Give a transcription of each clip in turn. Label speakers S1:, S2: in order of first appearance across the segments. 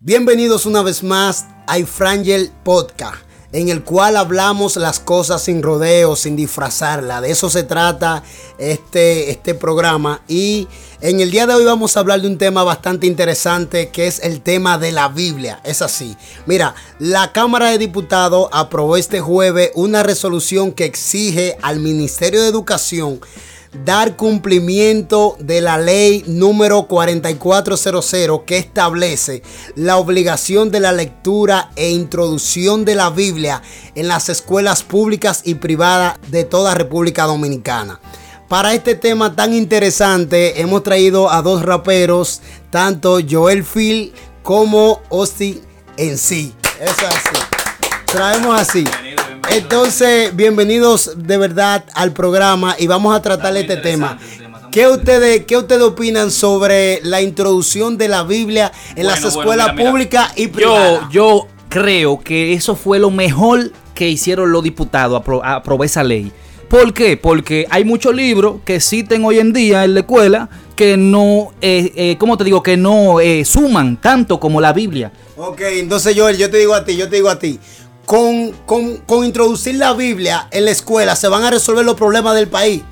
S1: Bienvenidos una vez más a Ifrangel Podcast, en el cual hablamos las cosas sin rodeos, sin disfrazarla. De eso se trata este, este programa. Y en el día de hoy vamos a hablar de un tema bastante interesante que es el tema de la Biblia. Es así. Mira, la Cámara de Diputados aprobó este jueves una resolución que exige al Ministerio de Educación dar cumplimiento de la ley número 4400 que establece la obligación de la lectura e introducción de la Biblia en las escuelas públicas y privadas de toda República Dominicana. Para este tema tan interesante hemos traído a dos raperos, tanto Joel Phil como Austin en sí. Es así. Traemos así. Entonces, bienvenidos de verdad al programa y vamos a tratar este tema. ¿Qué ustedes, ¿Qué ustedes opinan sobre la introducción de la Biblia en
S2: Bueno,
S1: las
S2: bueno,
S1: escuelas
S2: mira, mira.
S1: públicas y privadas?
S3: Yo, yo creo que eso fue lo mejor que hicieron los diputados, apro- a aprobar esa ley. ¿Por qué? Porque hay muchos libros que existen hoy en día en la escuela que no, eh, eh, ¿cómo te digo? Que no eh, suman tanto como la Biblia.
S1: Ok, entonces Joel, yo te digo a ti, yo te digo a ti. Con, con- con introducir la Biblia en la escuela se van a resolver los problemas del país.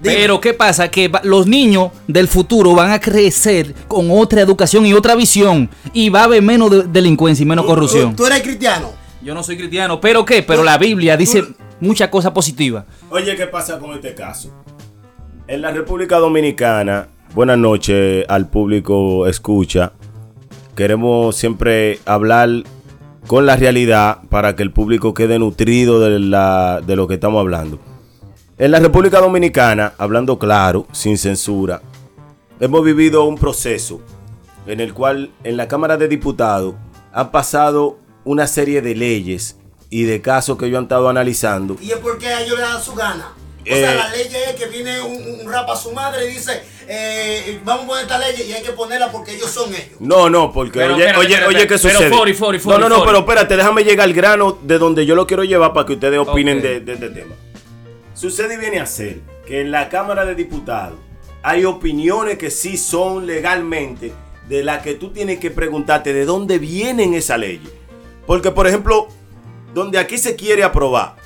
S1: Dime.
S3: Pero ¿qué pasa? Que va- los niños del futuro van a crecer con otra educación y otra visión y va a haber menos de- delincuencia y menos corrupción.
S1: ¿Tú, tú eres cristiano.
S3: Yo no soy cristiano, pero ¿qué? Pero la Biblia dice muchas cosas positivas.
S4: Oye, ¿qué pasa con este caso? En la República Dominicana, buenas noches al público escucha. Queremos siempre hablar con la realidad para que el público quede nutrido de, la- de lo que estamos hablando. En la República Dominicana, hablando claro, sin censura, hemos vivido un proceso en el cual en la Cámara de Diputados han pasado una serie de leyes y de casos que yo han estado analizando
S1: Y es porque a ellos le dan su gana. O
S4: Eh.
S1: sea, la ley es que viene un, un rap a su madre y dice, eh, vamos a poner esta ley y hay que ponerla porque ellos son ellos.
S4: No, no, porque
S2: Pero
S4: oye,
S2: espérate,
S4: oye,
S2: espérate,
S4: oye, ¿qué
S2: pero
S4: sucede?
S2: fori, fori, fori,
S4: no, no, no,
S2: fori.
S4: pero espérate, déjame llegar al grano de donde yo lo quiero llevar para que ustedes opinen
S2: Ok.
S4: de, de este tema. Sucede y viene a ser que en la Cámara de Diputados hay opiniones que sí son legalmente de las que tú tienes que preguntarte de dónde vienen esas leyes. Porque, por ejemplo, donde aquí se quiere aprobar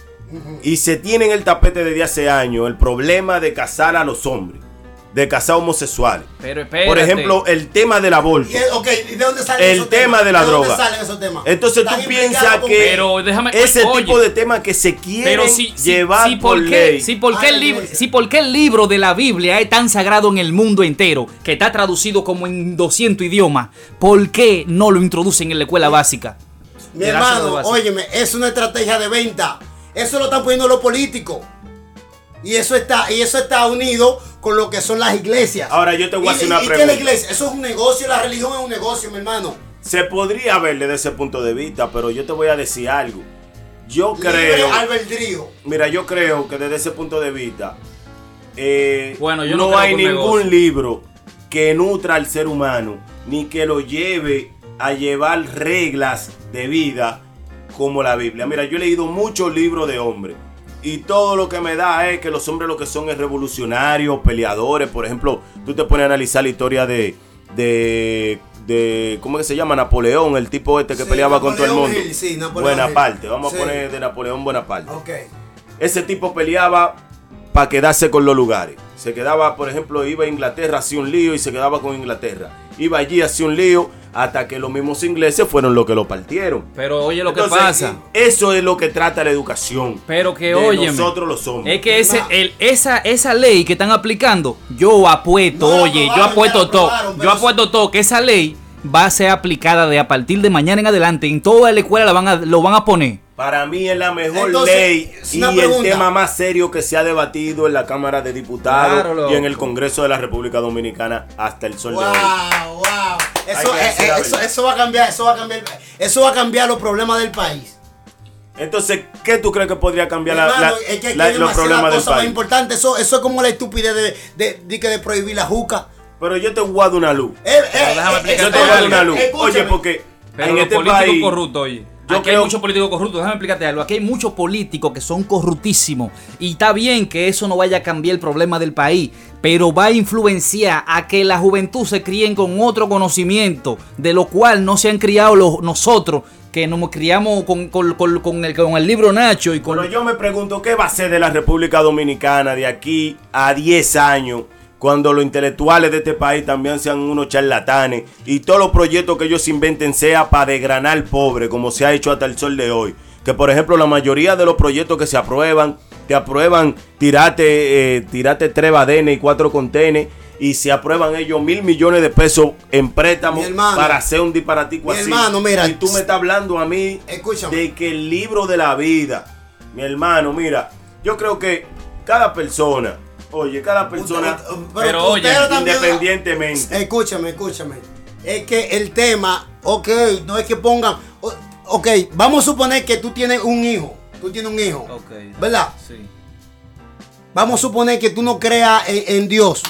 S4: y se tiene en el tapete desde hace años el problema de casar a los hombres, de casar homosexuales.
S3: Pero espérate.
S4: Por ejemplo, el tema del aborto.
S1: Y es- ok, ¿y de dónde salen
S4: El
S1: esos
S4: tema
S1: temas?
S4: de la
S1: dónde
S4: droga.
S1: salen esos temas?
S4: Entonces
S1: Están
S4: tú piensas
S1: implicados con-
S4: que-
S2: Pero déjame.
S4: Ese
S2: oye,
S4: tipo de temas que se
S2: Pero
S4: quieren
S2: si, si-
S4: llevar
S3: si
S4: por
S3: por qué,
S4: ley.
S3: si por qué
S1: Ah,
S3: el libro,
S1: iglesia.
S3: si por qué el libro de la Biblia es tan sagrado en el mundo entero, que está traducido como en 200 idiomas, ¿por qué no lo introducen en la escuela básica?
S1: Mi
S3: de la
S1: hermano,
S3: zona de base.
S1: óyeme, es una estrategia de venta. Eso lo están poniendo los políticos. Y eso está, y eso está unido con lo que son las iglesias.
S4: Ahora, yo te voy a
S1: ¿Y-
S4: hacer una
S1: ¿Y qué es la
S4: pregunta.
S1: iglesia? Eso es un negocio, la religión es un negocio, mi hermano.
S4: Se podría ver desde ese punto de vista, pero yo te voy a decir algo. Yo
S1: Libre
S4: creo.
S1: albedrío.
S4: Mira, yo creo que desde ese punto de vista. eh,
S2: Bueno, yo no
S4: no,
S2: creo
S4: hay
S2: que un
S4: ningún
S2: negocio.
S4: libro que nutra al ser humano, ni que lo lleve a llevar reglas de vida como la Biblia. Mira, yo he leído muchos libros de hombres. Y todo lo que me da es que los hombres lo que son es revolucionarios, peleadores. Por ejemplo, tú te pones a analizar la historia de. de de- ¿Cómo que se llama? Napoleón, el tipo este que
S1: Sí,
S4: peleaba con todo el
S1: Napoleón
S4: mundo.
S1: Hill, sí, Napoleón
S4: buena
S1: Hill.
S4: parte, vamos
S1: Sí.
S4: a poner de Napoleón buena parte.
S1: Ok.
S4: Ese tipo peleaba para quedarse con los lugares. Se quedaba, por ejemplo, iba a Inglaterra, hacía un lío y se quedaba con Inglaterra. Iba allí, hacía un lío, hasta que los mismos ingleses fueron los que lo partieron.
S2: Pero oye lo que
S4: Entonces, e,
S2: pasa.
S4: Eso es lo que trata la educación.
S3: Pero que
S4: de
S3: óyeme,
S4: Nosotros los hombres.
S3: Es que ese, el, esa, esa ley que están aplicando, yo apuesto,
S1: No la
S3: oye, yo
S1: aprobaron, ya la
S3: apuesto todo,
S1: aprobaron,
S3: yo
S1: pero-
S3: apuesto todo que esa ley va a ser aplicada de a partir de mañana en adelante, en toda la escuela la van a- lo van a poner.
S4: Para mí es la mejor
S1: Entonces,
S4: ley
S1: es
S4: y
S1: una
S4: el
S1: pregunta.
S4: tema más serio que se ha debatido en la Cámara de Diputados
S3: Claro, loco.
S4: y en el Congreso de la República Dominicana hasta el sol
S1: Wow,
S4: de hoy.
S1: wow. Eso,
S4: Hay que
S1: eh,
S4: decir
S1: eh,
S4: la
S1: eso,
S4: verdad.
S1: eso va a cambiar, eso va a cambiar. Eso va a cambiar los problemas del país.
S4: Entonces, ¿qué tú crees que podría cambiar la-
S1: Hermano,
S4: la-
S1: es que aquí
S4: la-
S1: hay
S4: los
S1: demasiadas
S4: problemas del
S1: cosas más
S4: país?
S1: importantes. Eso, eso es como la estupidez de, de, de que de prohibir la juca.
S4: Pero yo te guardo una luz.
S1: Eh, eh,
S2: déjame
S1: eh,
S2: explicarte
S4: Yo te
S1: escúchame,
S4: guardo una luz.
S1: escúchame.
S4: Oye, porque
S2: Pero
S4: en
S2: los
S4: este
S2: políticos
S4: país
S2: corruptos, oye.
S4: Yo
S3: aquí
S4: creo-
S3: hay muchos políticos corruptos, déjame explicarte algo. Aquí hay muchos políticos que son corruptísimos. Y está bien que eso no vaya a cambiar el problema del país, pero va a influenciar a que la juventud se críen con otro conocimiento, de lo cual no se han criado los, nosotros, que nos criamos con, con- con- con el, con el libro Nacho y con.
S4: Pero yo me pregunto, ¿qué va a ser de la República Dominicana de aquí a 10 años? Cuando los intelectuales de este país también sean unos charlatanes y todos los proyectos que ellos inventen sea para degranar pobre, como se ha hecho hasta el sol de hoy. Que por ejemplo, la mayoría de los proyectos que se aprueban, te aprueban, tirate, eh, tirate tres badenes y cuatro contenes, y se aprueban ellos mil millones de pesos en préstamo
S1: Mi hermano.
S4: para hacer un disparatico
S1: Mi
S4: así.
S1: hermano, mira,
S4: y tú me estás hablando a mí
S1: Escúchame.
S4: de que el libro de la vida, mi hermano, mira, yo creo que cada persona, oye, cada persona,
S1: Usted- usted-
S3: Pero
S1: usted
S3: oye,
S1: también-
S4: independientemente,
S1: Escúchame, escúchame. Es que el tema, ok, no es que pongan. o- Ok, vamos a suponer que tú tienes un hijo. Tú tienes un hijo.
S3: Ok.
S1: ¿Verdad?
S3: Sí.
S1: Vamos a suponer que tú no creas en, en Dios.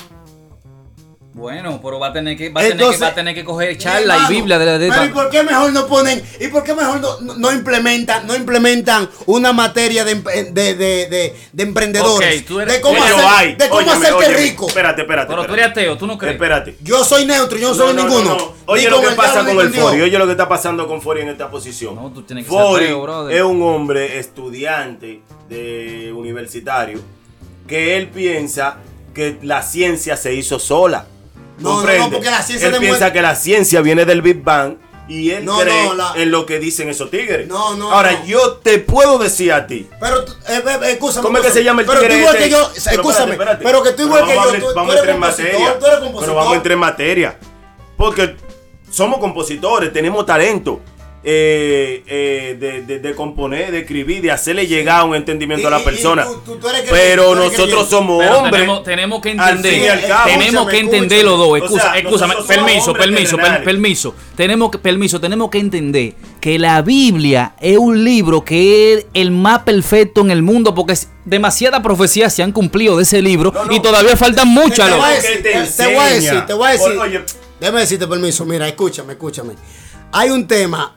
S3: Bueno, pero va a tener que, va a tener
S1: Entonces-
S3: que, va a tener que coger
S1: Mi
S3: charla
S1: hermano,
S3: y Biblia de la de
S1: Pero ¿y por qué mejor no ponen? ¿Y por qué mejor no, no- no implementan, no implementan una materia de, empe- de, de, de- de emprendedores?
S3: Ok, tú eres-
S1: de cómo,
S4: Pero
S1: hacer-
S4: hay,
S1: de cómo
S4: óyeme,
S1: hacerte
S4: óyeme,
S1: rico.
S4: Espérate, espérate.
S3: Pero tú
S4: espérate.
S3: eres ateo, ¿tú no crees?
S4: Espérate.
S1: Yo soy neutro, yo no soy
S4: No, no,
S1: ninguno.
S4: no, no. Oye
S1: Ni
S4: lo que
S1: el
S4: pasa
S1: diablo,
S4: con
S1: ni
S4: el
S1: Dios.
S4: Fori. Oye lo que está pasando con Fori en esta posición.
S3: No, tú tienes que ser
S4: Fori
S3: feo, brother.
S4: es un hombre estudiante de universitario que él piensa que la ciencia se hizo sola.
S1: No, no,
S4: ¿Comprende?
S1: no, porque la ciencia
S4: Él
S1: demuestra-
S4: piensa que la ciencia viene del Big Bang y él
S1: No,
S4: cree
S1: no, la-
S4: en lo que dicen esos tigres.
S1: No, no,
S4: Ahora,
S1: no.
S4: yo te puedo decir a ti.
S1: Pero, tú- eh, eh, escúchame.
S4: ¿Cómo es que
S1: escúchame.
S4: se llama el
S1: Pero tú
S4: tigre
S1: igual
S4: este?
S1: que yo,
S4: Pero espérate,
S1: escúchame.
S4: espérate.
S1: Pero que tú igual que
S4: vamos a
S1: yo,
S4: entrar-
S1: tú, tú
S4: vamos a
S1: eres
S4: entrar en
S1: compositor,
S4: materia.
S1: tú eres compositor.
S4: Pero vamos a entrar en materia. Porque somos compositores, tenemos talento. eh, eh, de, de- de componer, de escribir, de hacerle llegar un entendimiento
S1: Y-
S4: a la
S1: y- y
S4: persona.
S1: tú- tú- tú eres creyente,
S4: pero
S1: tú eres
S4: nosotros
S1: creyente.
S4: somos
S3: Pero
S4: hombres.
S3: tenemos, tenemos que
S4: al fin y
S3: entender.
S4: al cabo.
S3: tenemos que
S1: Escúchame,
S3: entender los dos.
S4: escúchame.
S3: Excusa,
S4: O sea,
S3: excusa,
S4: nosotros somos
S3: permiso,
S4: hombres
S3: permiso, per-
S4: terrenales.
S3: permiso. Tenemos que, permiso, tenemos que entender que la Biblia es un libro que es el más perfecto en el mundo porque es- demasiadas profecías se han cumplido de ese libro
S4: No, no.
S3: y todavía faltan muchas.
S1: te,
S3: loco.
S1: voy a
S4: Porque
S1: decir,
S4: te
S1: te- te voy a
S4: enseña.
S1: decir, te voy a decir.
S4: Oye,
S1: Déjame decirte permiso. Mira, escúchame, escúchame. Hay un tema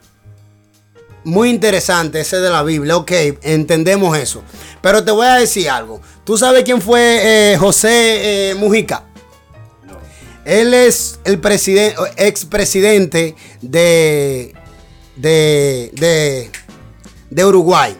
S1: muy interesante, ese de la Biblia. Ok, entendemos eso. Pero te voy a decir algo. ¿Tú sabes quién fue eh, José eh, Mujica? Él es el presidente, expresidente de, de, de, de Uruguay.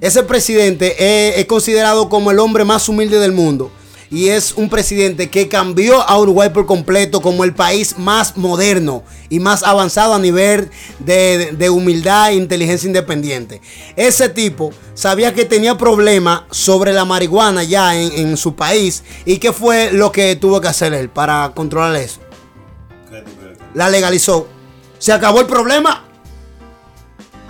S1: Ese presidente es, es considerado como el hombre más humilde del mundo. Y es un presidente que cambió a Uruguay por completo como el país más moderno y más avanzado a nivel de, de- de humildad e inteligencia independiente. Ese tipo sabía que tenía problemas sobre la marihuana ya en, en su país. ¿Y qué fue lo que tuvo que hacer él para controlar eso? La legalizó. Se acabó el problema.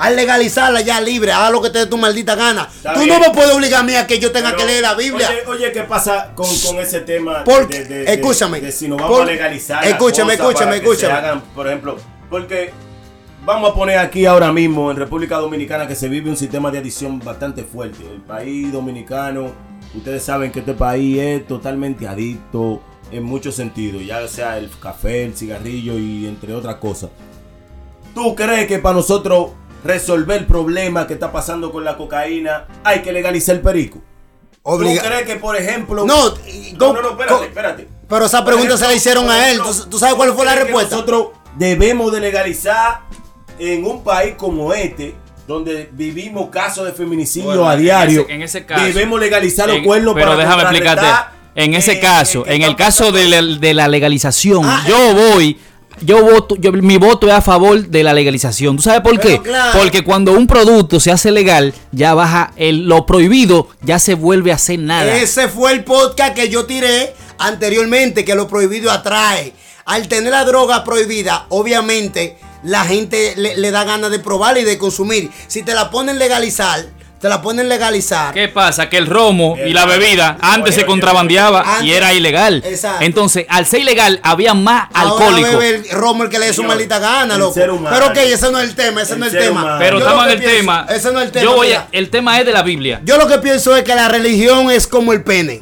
S1: Al legalizarla ya libre, haz lo que te dé tu maldita gana.
S4: Está
S1: tú no
S4: bien.
S1: me puedes obligar a mí a que yo tenga
S4: Pero,
S1: que leer la Biblia.
S4: Oye, oye, ¿qué pasa con, con ese tema?
S1: Porque- escúchame,
S4: De, si nos vamos
S1: por-
S4: a legalizar. las
S1: escúchame,
S4: cosas
S1: escúchame,
S4: para que
S1: escúchame.
S4: se hagan, por ejemplo, porque vamos a poner aquí ahora mismo en República Dominicana que se vive un sistema de adicción bastante fuerte. El país dominicano, ustedes saben que este país es totalmente adicto en muchos sentidos, ya sea el café, el cigarrillo y entre otras cosas. ¿Tú crees que para nosotros resolver el problema que está pasando con la cocaína hay que legalizar el perico?
S1: Obliga-
S4: ¿Tú crees que, por ejemplo...
S1: No, y-
S4: no, no, no,
S1: co-
S4: espérate, espérate.
S1: Pero esa pregunta se la hicieron
S4: por
S1: a él.
S4: ejemplo,
S1: ¿Tú, tú sabes cuál fue la
S4: ¿crees que
S1: respuesta?
S4: Nosotros debemos de legalizar en un país como este, donde vivimos casos de feminicidio
S3: Bueno,
S4: a
S3: en
S4: diario.
S3: ese- en ese caso-
S4: Debemos legalizar los
S3: En-
S4: cuernos
S3: pero
S4: para
S3: déjame
S4: contrarrestar,
S3: explicarte. En ese
S4: eh,
S3: caso,
S4: que
S3: en
S4: está
S3: el caso de
S4: pasando.
S3: la, de la legalización,
S1: Ah,
S3: yo voy, yo voto, yo, mi voto es a favor de la legalización. ¿Tú sabes por
S1: Pero
S3: qué?
S1: claro.
S3: Porque cuando un producto se hace legal, ya baja el, lo prohibido, ya se vuelve a hacer nada.
S1: Ese fue el podcast que yo tiré anteriormente, que lo prohibido atrae. Al tener la droga prohibida, obviamente la gente le, le da ganas de probarla y de consumir. Si te la ponen legalizar, te la ponen legalizar.
S3: ¿Qué pasa? Que el romo y la
S4: Exacto.
S3: bebida antes se
S4: Oye,
S3: contrabandeaba y
S1: antes-
S3: era ilegal.
S1: Exacto.
S3: Entonces, al ser ilegal, había más
S1: Ahora
S3: alcohólico.
S1: bebe el romo el que le dé su
S4: Señor,
S1: maldita gana,
S4: el
S1: loco.
S4: ser humano.
S1: Pero ok, ese no es el tema, ese
S4: El
S1: no es el
S4: ser
S1: tema.
S4: humano.
S3: Pero
S1: Yo
S3: estamos
S1: lo
S3: en el
S1: que pienso-
S3: tema.
S1: Ese no es el tema.
S3: Yo voy a- eh.
S1: mira.
S3: el tema es de la Biblia.
S1: Yo lo que pienso es que la religión es como el pene.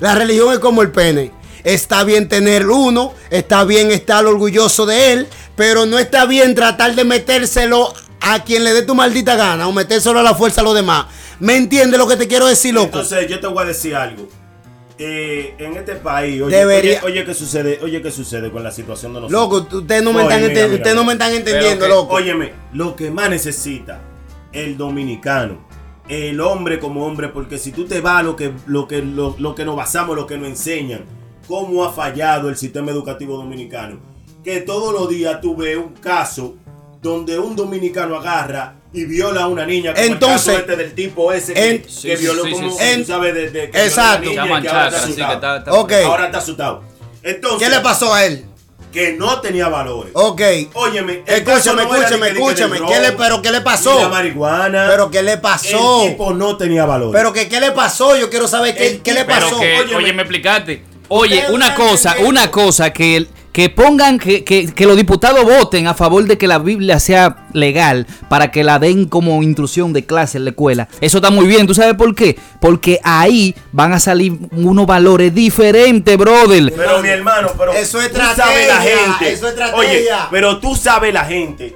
S1: La religión es como el pene. Está bien tener uno, está bien estar orgulloso de él, Pero no está bien tratar de metérselo a quien le dé tu maldita gana o metérselo a la fuerza a los demás. ¿Me entiendes lo que te quiero decir, loco?
S4: Entonces, yo te voy a decir algo. Eh, en este país, oye,
S1: Debería-
S4: oye, oye, ¿qué sucede? Oye, ¿qué sucede con la situación de nosotros?
S1: Loco, ustedes no me
S4: Oye,
S1: están,
S4: mira,
S1: enten-
S4: mira,
S1: ustedes no me
S4: mira.
S1: están entendiendo,
S3: Pero que-
S1: loco.
S4: Óyeme, lo que más necesita el dominicano, el hombre como hombre, porque si tú te vas a lo que, lo que, lo, lo que nos basamos, lo que nos enseñan, cómo ha fallado el sistema educativo dominicano, que todos los días tú ves un caso donde un dominicano agarra y viola a una niña, como
S1: Entonces-
S4: el caso este del tipo ese que,
S1: en-
S4: que
S3: Sí, sí,
S4: violó
S3: sí,
S4: como,
S3: sí,
S1: sí.
S4: tú sabes, de, de- que
S1: Exacto.
S4: violó a una
S3: Llaman
S4: niña y que ahora
S3: chakra,
S4: está
S3: así que está-
S4: asustado.
S3: está-
S1: Ok.
S4: Ahora está asustado. Entonces,
S1: ¿Qué le pasó a él?
S4: que no tenía valores.
S1: Ok.
S4: Óyeme, el caso
S1: Escúchame, escúchame,
S4: no era de que- de que del
S1: escúchame.
S4: robo,
S1: ¿Qué le, pero qué le pasó?
S4: ni La marihuana.
S1: Pero qué le pasó.
S4: El tipo no tenía valor.
S1: Pero que qué le pasó, yo quiero saber qué,
S4: El
S1: qué le
S4: tipo-
S1: pasó.
S3: Pero que,
S4: Óyeme.
S3: oye, me explicaste. Oye,
S1: Ustedes
S3: una
S1: no
S3: cosa,
S1: entienden
S3: una
S1: eso.
S3: cosa que el- que pongan que, que- que los diputados voten a favor de que la Biblia sea legal para que la den como intrusión de clase en la escuela. Eso está muy bien, ¿tú sabes por qué? Porque ahí van a salir unos valores diferentes, brother.
S4: Pero, mi hermano, pero.
S1: Eso es
S4: tú sabes la
S1: estrategia,
S4: gente.
S1: eso es estrategia.
S4: Oye, pero tú sabes la gente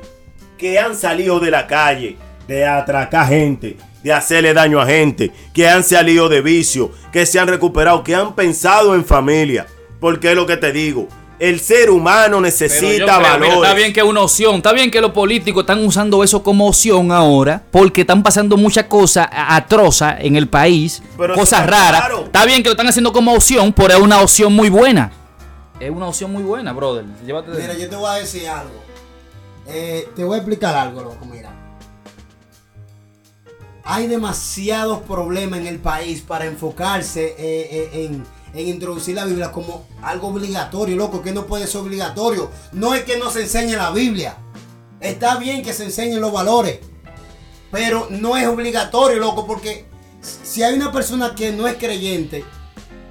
S4: que han salido de la calle de atracar gente, de hacerle daño a gente, que han salido de vicio, que se han recuperado, que han pensado en familia. Porque es lo que te digo. El ser humano
S3: Pero yo
S4: necesita
S3: creo, mira,
S4: valor.
S3: está bien que es una opción, está bien que los políticos están usando eso como opción ahora, porque están pasando muchas cosas a- atrozas en el país,
S4: Pero eso
S3: cosas
S4: está
S3: raras.
S4: claro.
S3: Está bien que lo están haciendo como opción, pero es una opción muy buena. Es una opción muy buena, brother. Llévate de-
S1: Mira, yo te voy a decir algo. Eh, te voy a explicar algo, loco, mira. Hay demasiados problemas en el país para enfocarse eh, eh, en, en introducir la Biblia como algo obligatorio, loco, que no puede ser obligatorio. No es que no se enseñe la Biblia. Está bien que se enseñen los valores, pero no es obligatorio, loco, porque si hay una persona que no es creyente,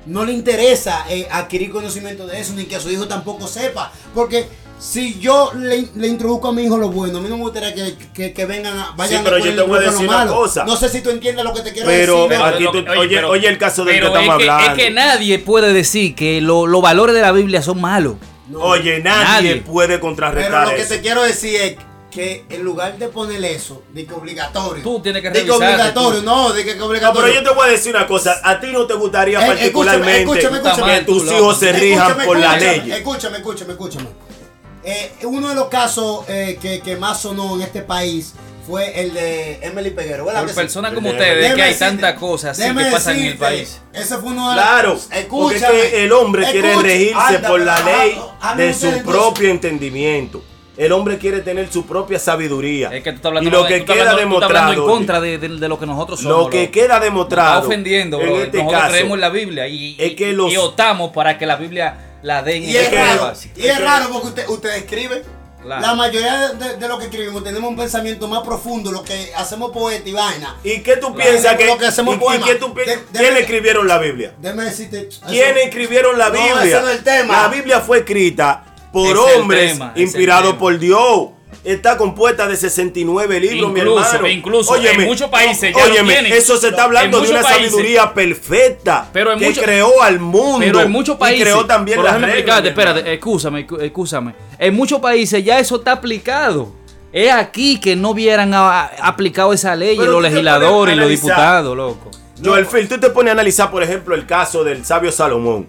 S1: no le interesa eh, adquirir conocimiento de eso, ni que su hijo tampoco sepa. Porque si yo le, le introduzco a mi hijo lo bueno, a mí no me gustaría que, que- que vengan a, vayan
S4: pero yo
S1: ponerle
S4: te voy a
S1: truco lo
S4: decir una
S1: malo.
S4: cosa.
S1: No sé si tú entiendes lo que te quiero
S4: Pero
S1: decir. loco.
S4: aquí
S3: lo
S4: tú-
S3: que-
S4: oye,
S3: pero-
S4: oye el caso del que
S3: pero
S4: estamos
S3: es
S4: hablando.
S3: Es que nadie puede decir que lo- los valores de la Biblia son malos.
S1: No.
S4: Oye, nadie,
S3: Nadie.
S4: puede
S1: Pero
S4: contrarrestar
S1: lo que
S4: eso.
S1: te quiero decir es que en lugar de poner eso, de que obligatorio.
S3: Tú tienes que
S1: de que
S3: revisarte,
S1: obligatorio,
S3: tú.
S1: no, de que, que
S4: No,
S1: obligatorio.
S4: pero yo te voy a decir una cosa. A ti no te gustaría
S1: Eh,
S4: particularmente
S1: escúchame, escúchame,
S4: que tus
S3: escúchame.
S4: hijos se rijan
S1: Escúchame,
S4: por la
S1: escúchame,
S4: ley.
S1: Escúchame, escúchame, escúchame. Eh, uno de los casos eh, que, que más sonó en este país fue el de Emily Peguero. ¿verdad que
S3: Por
S1: sí?
S3: personas como
S4: Déjame
S3: ustedes, que hay
S1: decirte,
S3: tantas cosas así
S1: déjame
S3: que pasan en el
S1: decirte,
S3: país.
S1: Ese fue uno de los-
S4: Claro, porque es
S1: escúchame,
S4: que el hombre quiere
S1: escucha,
S4: regirse
S1: anda,
S4: por la
S1: pero,
S4: ley
S1: ah, ah,
S4: de
S1: no,
S4: su
S1: ustedes,
S4: propio entendimiento. El hombre quiere tener su propia sabiduría.
S3: Es que tú estás hablando,
S4: y lo
S3: tú
S4: que
S3: estás
S4: queda
S3: hablando- tú estás hablando
S4: demostrado.
S3: en contra de, de- de lo que nosotros somos.
S4: lo que
S3: loco.
S4: queda
S3: Está
S4: demostrado.
S3: ofendiendo,
S4: en
S3: bro.
S4: este
S3: Nosotros
S4: caso,
S3: creemos en la Biblia y,
S4: es
S3: y-
S4: que los-
S3: y optamos para que la Biblia la den este
S1: Y es
S4: que-
S1: raro, y
S4: es
S1: es
S4: que-
S1: raro porque usted, usted escribe.
S3: Claro.
S1: La mayoría de, de- de lo que escribimos tenemos un pensamiento más profundo, lo que hacemos poeta y vaina.
S4: ¿Y qué tú piensas que,
S1: Lo que hacemos
S4: y- y
S1: poema.
S4: qué tú pi-
S1: De-
S4: ¿Quién
S1: de-
S4: escribieron la Biblia?
S1: Déjame decirte. eso.
S4: ¿Quién escribieron la
S1: No,
S4: Biblia?
S1: ese no es el tema.
S4: La Biblia fue escrita por
S3: Es el
S4: hombres
S3: tema, es el
S4: inspirados
S3: tema.
S4: por Dios. Está compuesta de 69 libros, mi
S3: Incluso,
S4: hermano.
S3: incluso, en muchos países ya lo
S4: óyeme,
S3: tienen.
S4: eso se está
S3: En
S4: hablando de
S3: muchos
S4: una
S3: países.
S4: sabiduría perfecta
S3: Pero en
S4: que
S3: muchos-
S4: creó al mundo.
S3: Pero en muchos países.
S4: Y creó también
S3: Pero
S4: la
S3: déjame explicarte, espérate, escúchame, escú- escúchame. En muchos países ya eso está aplicado. Es aquí que no hubieran a- a- aplicado esa ley
S4: Pero
S3: los
S4: tú te
S3: legisladores y
S4: puedes
S3: los
S4: analizar.
S3: diputados, loco.
S4: Yo, al fin, tú te pones a analizar, por ejemplo, el caso del sabio Salomón,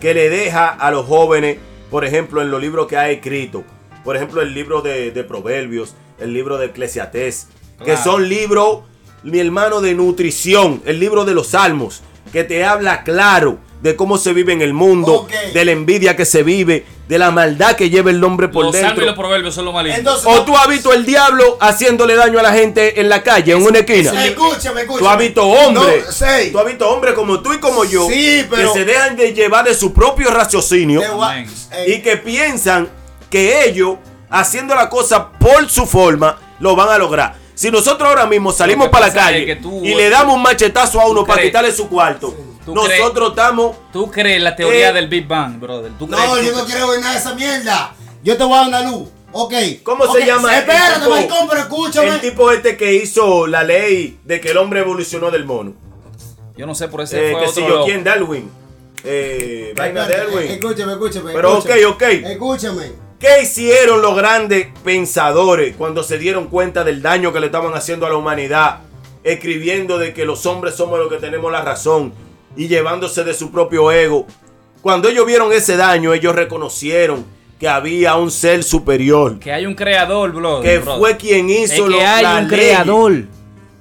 S4: que le deja a los jóvenes, por ejemplo, en los libros que ha escrito, por ejemplo, el libro de, de Proverbios, el libro de Eclesiastés, que
S3: Claro.
S4: son libros, mi hermano, de nutrición, el libro de los salmos, que te habla claro de cómo se vive en el mundo,
S1: Ok.
S4: de la envidia que se vive, de la maldad que lleva el hombre por dentro.
S3: proverbios son lo malísimos.
S1: Entonces,
S4: O tú has visto el diablo haciéndole daño a la gente en la calle, en una esquina.
S1: Escúchame, escúchame.
S4: Tú has visto hombres.
S1: No, sí.
S4: Tú has visto hombres como tú y como yo.
S1: Sí, pero-
S4: Que se dejan de llevar de su propio raciocinio.
S1: Te voy a-
S3: Amén.
S1: eh,
S4: Y que piensan que ellos, haciendo la cosa por su forma, lo van a lograr. Si nosotros ahora mismo salimos
S3: que
S4: para la
S3: pasa es
S4: calle
S3: que tú-
S4: y le damos un machetazo a uno
S3: tú
S4: para
S3: crees-
S4: quitarle su cuarto,
S3: tú crees-
S4: nosotros estamos.
S3: Tú crees la teoría
S4: Eh,
S3: del Big Bang, brother. ¿Tú crees
S1: No,
S3: tú
S1: yo no
S3: crees-
S1: creo en nada de esa mierda. Yo te voy a dar una luz. Ok.
S4: ¿Cómo
S1: Ok,
S4: se llama? el
S1: Espérate,
S4: tipo-
S1: Maricón, pero escúchame.
S4: El tipo este que hizo la ley de que el hombre evolucionó del mono.
S3: Yo no sé por ese
S4: Eh,
S3: fue
S4: que
S3: otro
S4: si yo,
S3: loco.
S4: ¿quién? Darwin. Eh, vaina
S1: Espérate,
S4: Darwin.
S1: Escúchame, escúchame.
S4: Pero,
S1: escúchame.
S4: ok, ok.
S1: Escúchame.
S4: ¿Qué hicieron los grandes pensadores cuando se dieron cuenta del daño que le estaban haciendo a la humanidad? Escribiendo de que los hombres somos los que tenemos la razón y llevándose de su propio ego. Cuando ellos vieron ese daño, ellos reconocieron que había un ser superior,
S3: Que hay un creador, bro.
S4: que
S3: bro.
S4: fue quien hizo
S3: Es que
S4: lo-
S3: hay
S4: la
S5: un
S4: ley.
S5: creador.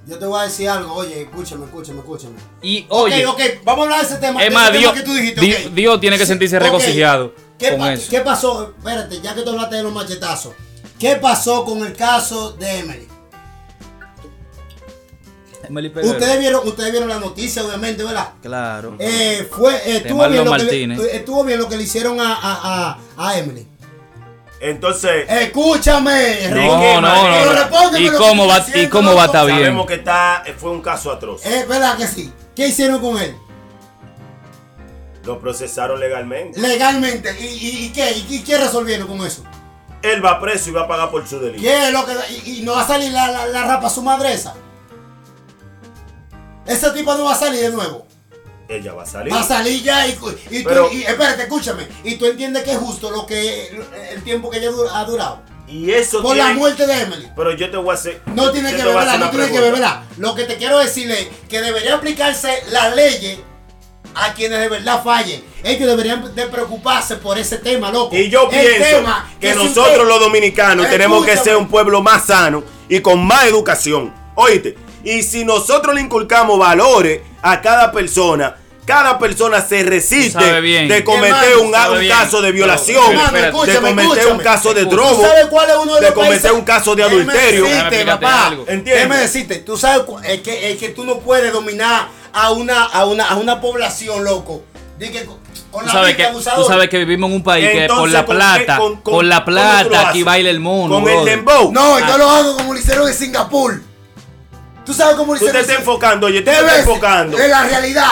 S1: Yo te voy a decir algo, oye, escúchame, escúchame, escúchame.
S3: Y oye,
S1: ok, ok, vamos a hablar de ese tema. de
S3: es
S1: ese
S3: más,
S1: tema
S3: Dios,
S1: que tú dijiste,
S3: Di-
S1: ok.
S3: Dios tiene que sentirse
S1: Ok,
S3: reconciliado
S1: ¿Qué,
S3: con
S1: pa-
S3: eso.
S1: ¿Qué pasó? Espérate, ya que tú hablaste de los machetazos. ¿Qué pasó con el caso de Emily?
S5: Emily Peguero.
S1: Ustedes vieron, ustedes vieron la noticia, obviamente, ¿verdad?
S5: Claro.
S1: Eh, fue, eh, estuvo,
S5: Marlon
S1: bien lo que
S5: Martínez.
S1: le, eh, estuvo bien lo que le hicieron a, a, a, a Emily.
S4: Entonces,
S1: Escúchame.
S4: No,
S1: Ro-
S4: qué
S3: No, no, no,
S4: manera?
S3: no.
S1: Respóndeme
S3: ¿Y
S1: lo que
S3: cómo
S1: estoy
S3: va, y
S1: diciendo,
S3: cómo va a
S1: loco.
S3: estar bien?
S4: sabemos que está, fue un caso atroz.
S1: Es verdad que sí. ¿Qué hicieron con él?
S4: Lo procesaron legalmente.
S1: Legalmente. ¿Y, y, y qué? ¿Y, qué resolvieron con eso?
S4: Él va preso y va a pagar por su delito.
S1: ¿Qué es lo que.? Y, y no va a salir la, la, la rapa su madresa. Ese tipo no va a salir de nuevo.
S4: Ella va a salir.
S1: Va a salir ya y, cu- y tú-
S4: Pero-
S1: y- espérate, escúchame. Y tú entiendes que es justo lo que el tiempo que ella du- ha durado.
S4: Y eso
S1: Por la
S4: tiene-
S1: muerte de Emily.
S4: Pero yo te voy a hacer.
S1: No tiene
S4: yo
S1: que
S4: te voy a
S1: beberla,
S4: hacer
S1: no
S4: una
S1: tiene que
S4: pregunta.
S1: beberla. Lo que te quiero decir es que debería aplicarse las leyes a quienes de verdad fallen. Ellos deberían de preocuparse por ese tema, loco.
S4: Y yo
S1: El
S4: pienso
S1: tema
S4: que
S1: si
S4: nosotros
S1: usted-
S4: los dominicanos tenemos que
S1: Escúchame.
S4: ser un pueblo más sano y con más educación. Oíste. Y si nosotros le inculcamos valores a cada persona, cada persona se resiste
S3: sabe bien.
S4: de cometer
S1: Hermano,
S4: un, a-
S3: sabe
S4: un
S3: bien.
S4: caso de violación,
S3: Hermano,
S4: de
S1: escúchame,
S4: cometer un
S1: escúchame.
S4: caso de
S1: ¿Tú
S4: drogo.
S1: sabes cuál es uno de
S4: de
S1: los
S4: cometer
S1: países?
S4: un caso de
S1: Déjame
S4: adulterio.
S1: decirte,
S3: Déjame explicarte
S1: papá.
S3: algo.
S4: Entiendo.
S1: Déjame decirte, tú sabes cu- es que, es que tú no puedes dominar a una, a una, a una población, loco. Di que con- con
S3: Tú
S1: la
S3: sabes,
S1: mente
S3: que, tú
S1: abusadora.
S3: sabes que vivimos en un país que por
S4: Entonces,
S3: la
S4: ¿con qué-
S3: plata,
S4: con- con-
S3: por la
S4: cómo tú lo
S3: plata aquí
S4: haces?
S3: baila el mono.
S4: Con el
S3: brother.
S4: dembow.
S1: No, yo lo hago como lo hicieron en Singapur. Tú sabes cómo lo
S4: Tú te
S1: hicieron en
S4: estás
S1: Singapur.
S4: enfocando, oye, te
S1: Te
S4: estás
S1: ves
S4: enfocando.
S1: En la realidad.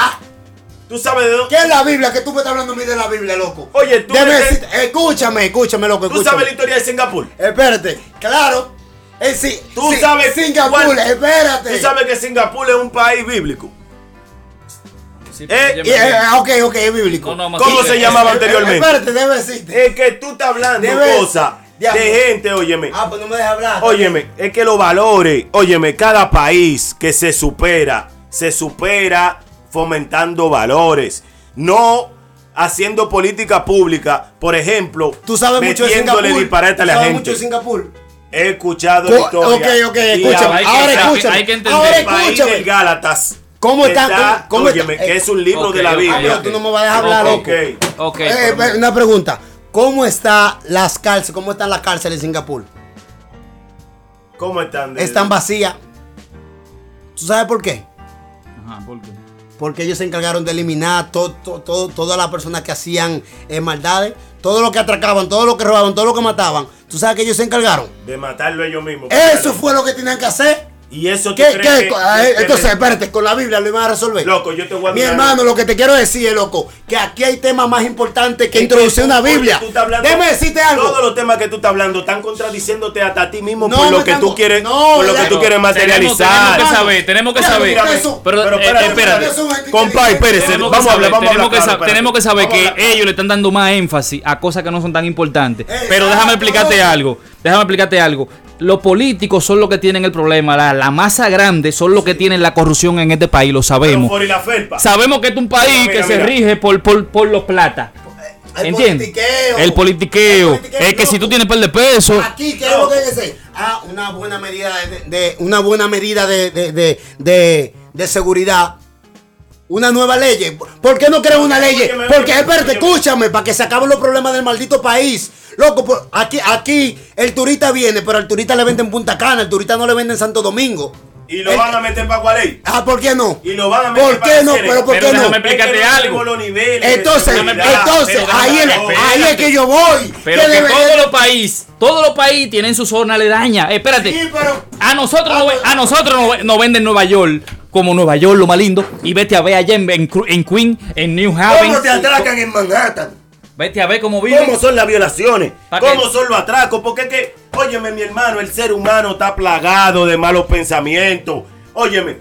S4: Tú sabes de dónde.
S1: ¿Qué es la Biblia? Que tú me estás hablando a mí de la Biblia, loco.
S4: Oye, tú
S1: Debe
S4: me-
S1: decirte- Escúchame, escúchame, loco.
S4: Tú sabes la
S1: Escúchame.
S4: historia de Singapur.
S1: Espérate, claro. Es si,
S4: Tú
S1: si-
S4: sabes
S1: Singapur,
S4: cuál-
S1: espérate.
S4: Tú sabes que Singapur es un país bíblico.
S3: Sí, pero
S4: Eh,
S3: yo me-
S1: Y, eh, ok, ok, es bíblico.
S3: No, no, más-
S4: ¿Cómo
S3: sí,
S4: se
S3: eh,
S4: llamaba
S1: Eh,
S4: anteriormente?
S1: Espérate, debe decirte.
S4: Es que tú estás hablando
S1: Debe-
S4: cosas de
S1: Diablo.
S4: gente, óyeme.
S1: Ah, pues no me dejas hablar.
S4: Óyeme, es que los valores, óyeme, cada país que se supera, se supera fomentando valores, no haciendo política pública, por ejemplo,
S1: Tú sabes mucho de
S4: metiéndole
S1: Singapur.
S4: disparate a la
S1: Tú sabes
S4: gente.
S1: mucho de Singapur.
S4: He escuchado la
S1: Co-
S4: historia.
S1: ok, ok,
S4: y
S1: escúchame.
S3: hay que-
S1: ahora
S3: hay que-
S1: escúchame.
S3: hay que entender.
S1: ahora
S4: el país
S1: escúchame.
S4: del Gálatas.
S1: ¿Cómo
S4: que
S1: está? ¿Cómo- cómo
S4: óyeme,
S1: está?
S4: que es un libro
S3: Ok,
S4: de la
S3: ok,
S4: Biblia.
S1: Ah, pero tú no me vas a dejar hablar,
S3: Ok.
S1: loco.
S3: Ok,
S1: Eh,
S3: pero-
S1: eh, una pregunta. ¿Cómo están las cárceles? ¿Cómo están las cárceles en Singapur?
S4: ¿Cómo están? de-
S1: Están vacías. ¿Tú sabes por qué?
S5: Ajá, ¿por qué?
S1: Porque ellos se encargaron de eliminar to- to- to- todas las personas que hacían eh, maldades, todo lo que atracaban, todo lo que robaban, todo lo que mataban. ¿Tú sabes que ellos se encargaron?
S4: de matarlo ellos mismos.
S1: Eso fue lo que tenían que hacer.
S4: Y eso tú
S1: ¿Qué,
S4: crees
S1: qué?
S4: que-
S1: Co- ah, eh,
S4: que-
S1: Entonces, espérate, con la Biblia lo iban a resolver.
S4: Loco, yo te voy a
S1: Mi
S4: dar-
S1: hermano, lo que te quiero decir es, loco, que aquí hay temas más importantes que introducir una
S4: Oye,
S1: Biblia.
S4: tú estás hablando-
S1: Déjame decirte algo.
S4: Todos los temas que tú estás hablando están contradiciéndote hasta a ti mismo
S1: No,
S4: por
S1: me
S4: lo que
S1: están-
S4: tú quieres,
S1: no,
S4: por lo que
S1: ya-
S4: tú quieres
S3: Tenemos-
S4: materializar.
S3: Tenemos que saber, tenemos que
S1: Mira,
S3: saber.
S1: mira, eso-
S3: Pero,
S4: Pero
S3: eh,
S4: espérate,
S3: espérate.
S1: espérate.
S4: Compa, espérese,
S3: Tenemos que
S4: vamos a
S3: saber,
S4: hablar, vamos a hablar.
S3: tenemos que
S4: claro,
S3: sa-
S4: espérate.
S3: tenemos que saber
S4: Vamos a
S3: que
S4: hablar Eh, claro.
S3: ellos le están dando más énfasis a cosas que no son tan importantes. Pero
S1: Exacto,
S4: ah,
S3: déjame explicarte
S1: loco.
S3: algo. Déjame explicarte algo. Los políticos son los que tienen el problema. La, la masa grande son los que tienen la corrupción en este país. Lo
S4: Pero
S3: sabemos.
S4: por y la felpa.
S3: Sabemos que este es un país
S4: Mira,
S3: que
S4: mira,
S3: se
S4: mira.
S3: rige por, por, por los plata.
S1: El
S3: ¿Entiendes?
S1: politiqueo.
S3: El politiqueo.
S1: El politiqueo,
S3: Es que si
S1: loco.
S3: tú tienes par de pesos.
S1: Aquí, ¿qué es lo que hay que hacer? Ah, una buena medida de, de- una buena medida de, de, de, de- de seguridad. Una nueva ley. ¿Por qué no crean una ley?
S4: Óyeme,
S1: Porque,
S4: óyeme,
S1: espérate,
S4: óyeme.
S1: escúchame, para que se acaben los problemas del maldito país. Loco, por- aquí, aquí el turista viene, pero al turista le venden Punta Cana, al turista no le venden Santo Domingo.
S4: Y lo van a meter para Gualey.
S1: Ah, ¿por qué no?
S4: Y lo van a meter
S1: ¿Por
S4: para
S1: qué no?
S4: Ceres.
S1: Pero ¿por
S3: Pero
S1: qué no?
S3: déjame- Explícate
S4: Es que no
S3: algo.
S4: tenemos los niveles de
S1: Entonces,
S4: seguridad.
S1: entonces,
S3: pero
S1: ahí,
S3: déjame-
S1: es- ahí es
S3: espérate.
S1: que yo voy.
S3: Pero
S1: Que
S3: que
S1: debería-
S3: todos los países, todos los países tienen su zona aledaña. Eh, Espérate.
S1: Sí, pero-
S3: A nosotros,
S1: Ah,
S3: no, ve-
S1: pero-
S3: a nosotros no, ve- no venden Nueva York como Nueva York, lo más lindo. Y vete a ver allá en, en Cru- en Queen, en New Haven.
S4: ¿Cómo te atracan en Manhattan?
S3: Vete a ver cómo viven.
S4: ¿Cómo son las violaciones?
S3: Pa' que-
S4: ¿Cómo son los atracos? Porque es que, óyeme, mi hermano, el ser humano está plagado de malos pensamientos. Óyeme,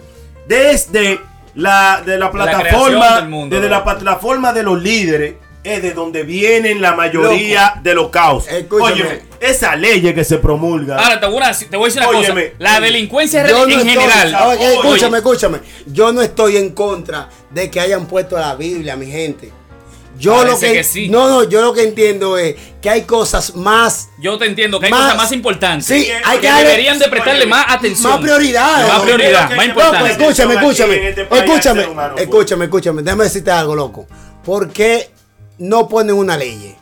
S4: desde la, de la
S3: creación
S4: plataforma,
S3: del mundo,
S4: desde
S3: ¿no?
S4: la plataforma de los líderes, es de donde vienen la mayoría de los caos.
S1: Escúchame.
S4: Óyeme, esa ley que se promulga.
S3: Ahora te voy a, te voy a decir una
S4: Óyeme.
S3: cosa. La delincuencia
S1: Yo no
S3: en
S1: estoy-
S3: general.
S1: Ah, ok,
S4: Oye.
S1: escúchame, escúchame. Yo no estoy en contra de que hayan puesto la Biblia, mi gente. Yo lo
S3: Parece
S1: que,
S3: que sí.
S1: no, no, yo lo que entiendo es que hay cosas más,
S3: Yo te entiendo que hay
S1: Más-
S3: cosas más importantes.
S1: Sí, hay que
S3: que
S1: darle-
S3: deberían de prestarle
S4: Óyeme,
S3: más atención.
S1: más prioridades.
S3: Más
S1: ¿no?
S3: prioridad, más
S1: No, pero
S3: importante.
S1: escúchame,
S4: Aquí en
S1: escúchame,
S4: este país
S1: escúchame,
S4: al ser humano, pues.
S1: escúchame, escúchame. Déjame decirte algo, loco. ¿Por qué no ponen una ley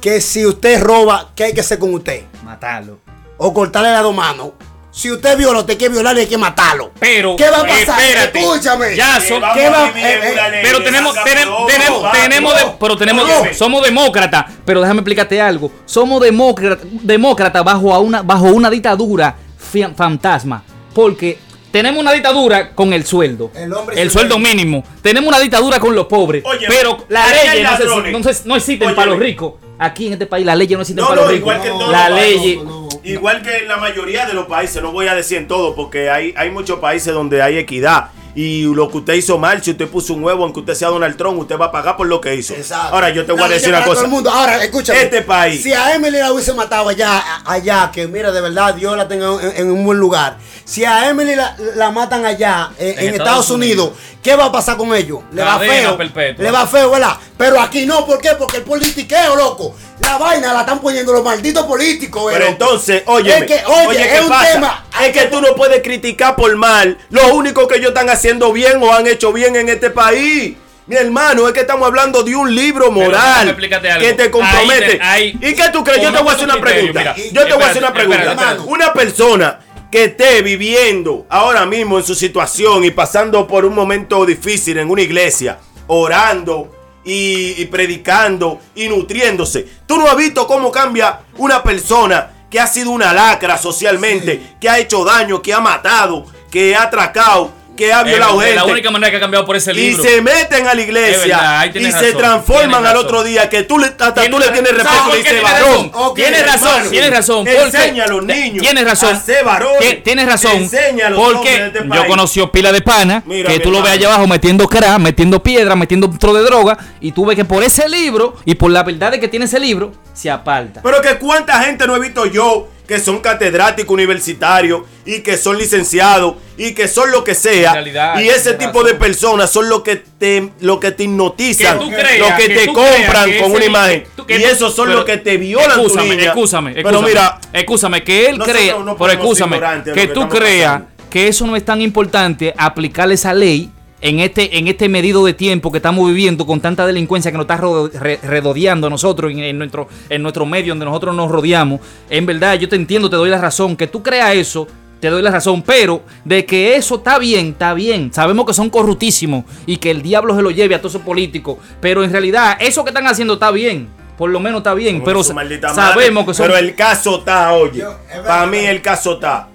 S1: que si usted roba, ¿qué hay que hacer con usted?
S6: Matarlo.
S1: O cortarle las dos manos. Si usted viola, usted quiere violar y hay que matarlo.
S3: Pero,
S1: ¿qué va a pasar?
S3: espérate.
S1: escúchame.
S3: Ya,
S4: Eh,
S3: son-
S4: vamos
S1: ¿qué
S4: a
S1: va-
S4: vivir en
S1: eh,
S4: una
S1: eh,
S4: ley
S3: Pero
S4: de
S3: tenemos,
S4: saca
S3: tenemos,
S4: flojo,
S3: tenemos,
S4: va,
S3: tenemos, de-
S4: flojo.
S3: pero tenemos,
S1: Óyeme.
S3: somos demócratas.
S6: Pero déjame explicarte algo. Somos demócrata, demócrata bajo, a una, bajo una dictadura fia- fantasma. Porque
S3: Tenemos una dictadura con el sueldo.
S1: El hombre
S3: El
S1: sin
S3: sueldo
S1: ley.
S3: mínimo. Tenemos una dictadura con los pobres.
S4: Óyeme,
S3: pero las
S4: aquí hay
S3: leyes no, se-
S4: ladrones.
S3: no se- no existen
S4: Óyeme.
S3: para los ricos.
S6: aquí en este país las leyes no existen
S4: No,
S6: para los
S4: no,
S6: ricos.
S4: igual que en
S1: No,
S4: todos
S6: la
S4: los
S6: ley.
S4: países. Igual que en la mayoría de los países, no voy a decir en todo, porque hay, hay muchos países donde hay equidad. Y lo que usted hizo mal, si usted puso un huevo en que usted sea Donald Trump, usted va a pagar por lo que hizo.
S1: Exacto.
S4: Ahora yo te voy
S1: La
S4: a decir
S1: lucha para
S4: una
S1: todo
S4: cosa.
S1: el mundo. Ahora, escúchame.
S4: Este país.
S1: Si a Emily la hubiese matado allá, a- allá, que mira, de verdad, Dios la tenga en, en un buen lugar. Si a Emily la, la matan allá, eh, en, Estados Unidos, ¿qué va a pasar con ellos? Le va
S3: Cadena
S1: feo.
S3: perpetua.
S1: Le va feo, ¿verdad? Pero aquí no, ¿por qué? Porque el politiqueo, loco. La vaina la están poniendo los malditos políticos, eh,
S4: Pero
S1: loco.
S4: entonces, óyeme,
S1: Es que,
S4: oye,
S1: oye, es un tema.
S4: Es que tú no puedes criticar por mal. Lo único que ellos están haciendo bien o han hecho bien en este país. Mi hermano, es que estamos hablando de un libro
S3: déjame
S4: moral
S3: explicarte algo.
S4: que te compromete.
S3: Ahí te- ahí-
S4: ¿Y qué tú crees? Yo te
S3: Conozco
S4: voy a hacer
S3: tu
S4: una
S3: criterio,
S4: pregunta.
S3: mira.
S4: Yo te voy a hacer
S3: Espérate,
S4: una pregunta.
S3: espérate,
S1: espérate.
S4: Una persona que esté viviendo ahora mismo en su situación y pasando por un momento difícil en una iglesia, orando y, y predicando y nutriéndose. Tú no has visto cómo cambia una persona que ha sido una lacra socialmente, que ha hecho daño, que ha matado, que ha atracado, que ha violado
S3: Eh,
S4: gente.
S3: la única manera que ha cambiado por ese
S4: y
S3: este libro.
S4: se meten a la
S3: Es verdad,
S4: iglesia
S3: ahí
S4: y
S3: tienes
S4: se
S3: razón,
S4: transforman
S3: tienes
S4: al
S3: razón.
S4: otro día que tú le, hasta tú le tienes
S3: ¿Sabes
S4: respeto
S3: por
S4: y
S3: qué
S4: dices
S3: tiene
S4: varón.
S3: razón?
S1: Ok,
S3: Tienes razón,
S4: hermano.
S3: tienes razón. porque-
S4: Enseña a los niños.
S3: Tienes
S4: a
S3: razón.
S4: ser varones.
S3: Tie- Tienes razón.
S4: Enseña a los hombres
S3: Porque
S4: de este
S3: yo
S4: país.
S3: conocí pila de pana
S4: Mira,
S3: que
S4: mi
S3: tú lo ves
S4: hermano.
S3: allá abajo metiendo crack, metiendo piedra, metiendo un tro de droga y tú ves que por ese libro y por la verdad de que tiene ese libro se aparta.
S4: Pero que cuánta gente no he visto yo que son catedráticos universitarios y que son licenciados y que son lo que sea.
S3: En realidad,
S4: y ese
S3: tienes
S4: tipo
S3: razón.
S4: de personas son lo que te lo que te hipnotizan,
S3: Que tú
S4: lo
S3: creas,
S4: que
S3: que
S4: te
S3: tú
S4: compran
S3: creas que
S4: con
S3: ese
S4: una
S3: ni-
S4: imagen.
S3: tú- que
S4: Y
S3: tú-
S4: esos son
S3: pero-
S4: los que te violan tu
S3: Escúchame,
S4: niña.
S3: escúchame,
S4: Pero
S3: escúchame.
S4: mira,
S3: escúchame, que él
S4: nosotros
S3: crea,
S4: no podemos
S3: pero
S4: ser
S3: escúchame,
S4: ignorantes de
S3: que
S4: lo que
S3: tú
S4: estamos
S3: creas
S4: pasando.
S3: que eso no es tan importante aplicar esa ley en este, en este medido de tiempo que estamos viviendo con tanta delincuencia que nos está rodo- re- redodeando a nosotros en, en nuestro, en nuestro medio donde nosotros nos rodeamos. En verdad, yo te entiendo, te doy la razón. Que tú creas eso, te doy la razón. Pero de que eso está bien, está bien. Sabemos que son corruptísimos y que el diablo se lo lleve a todos esos políticos. Pero en realidad, eso que están haciendo está bien. Por lo menos está bien.
S4: Con
S3: Pero
S4: su
S3: sa-
S4: maldita madre.
S3: sabemos que son
S4: Pero el caso está, oye.
S1: Yo, es verdad.
S4: Para mí el caso está.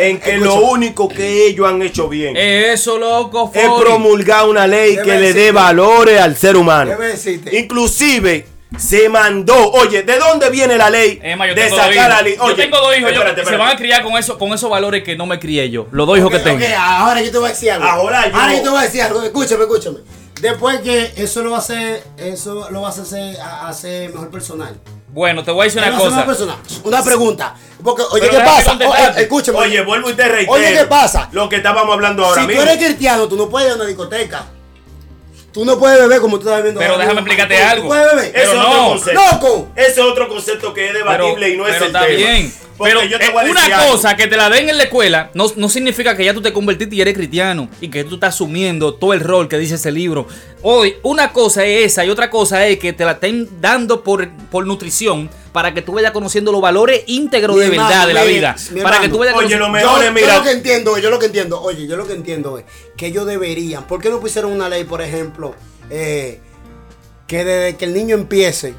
S4: En que lo
S1: Escucha.
S4: único que ellos han hecho bien
S3: Eso, loco,
S4: es
S3: Eh, Fori.
S4: promulgar una ley
S1: Debe
S4: que le dé
S1: decirte.
S4: valores al ser humano.
S1: Debe decirte.
S4: Inclusive se mandó, oye, ¿de dónde viene la ley?
S3: Emma, Eh, yo
S4: de
S3: tengo dos hijos.
S4: la ley.
S3: yo tengo dos hijos. yo-
S4: espérate,
S3: Se
S4: espérate.
S3: van a criar con, eso, con esos valores que no me crié yo. Los dos hijos
S1: Ok,
S3: que tengo.
S1: ok, ahora yo te voy a decir algo.
S4: Ahora yo-
S1: te voy a decir algo. Escúchame, escúchame. Después que eso lo va a hacer, eso lo vas a hacer, a- a hacer mejor personal.
S3: Bueno, te voy a decir una
S1: Vamos a hacer
S3: cosa.
S1: personal. Una pregunta. Porque, oye,
S3: Pero
S1: ¿qué
S3: déjame
S1: pasa?
S3: contestarte.
S1: Oye, escúchame.
S4: Oye, vuelvo y te reitero.
S1: Oye, ¿qué pasa?
S4: Lo que estábamos hablando ahora
S1: si
S4: mismo.
S1: tú eres cristiano, tú no puedes ir a una discoteca. Tú no puedes beber como tú estás bebiendo.
S3: Pero
S1: ahora
S3: déjame
S1: mismo.
S3: explicarte
S1: Tú- tú
S3: algo.
S1: puedes beber.
S3: Pero
S4: Eso es otro
S3: no.
S4: concepto.
S1: ¡Loco!
S4: Ese es otro concepto que es debatible y no es
S3: pero
S4: el
S3: está
S4: tema.
S3: bien.
S4: Porque
S3: Pero
S4: yo te voy a
S3: eh,
S4: decir
S3: una
S4: algo.
S3: cosa que te la den en la escuela no, no significa que ya tú te convertiste y eres cristiano y que tú estás asumiendo todo el rol que dice ese libro. Hoy, una cosa es esa y otra cosa es que te la estén dando por, por nutrición para que tú vayas conociendo los valores íntegros
S1: Mi
S3: de
S1: hermano,
S3: verdad de la
S1: mi-
S3: vida.
S1: mi
S3: Para que
S1: hermano.
S3: tú vayas
S4: Oye,
S3: conociendo-
S4: lo
S1: Yo,
S4: mejor es,
S1: yo
S4: mira,
S1: lo que entiendo, yo lo que entiendo, oye, yo lo que entiendo es que ellos deberían, ¿por qué no pusieron una ley, por ejemplo, eh, que desde que el niño empiece,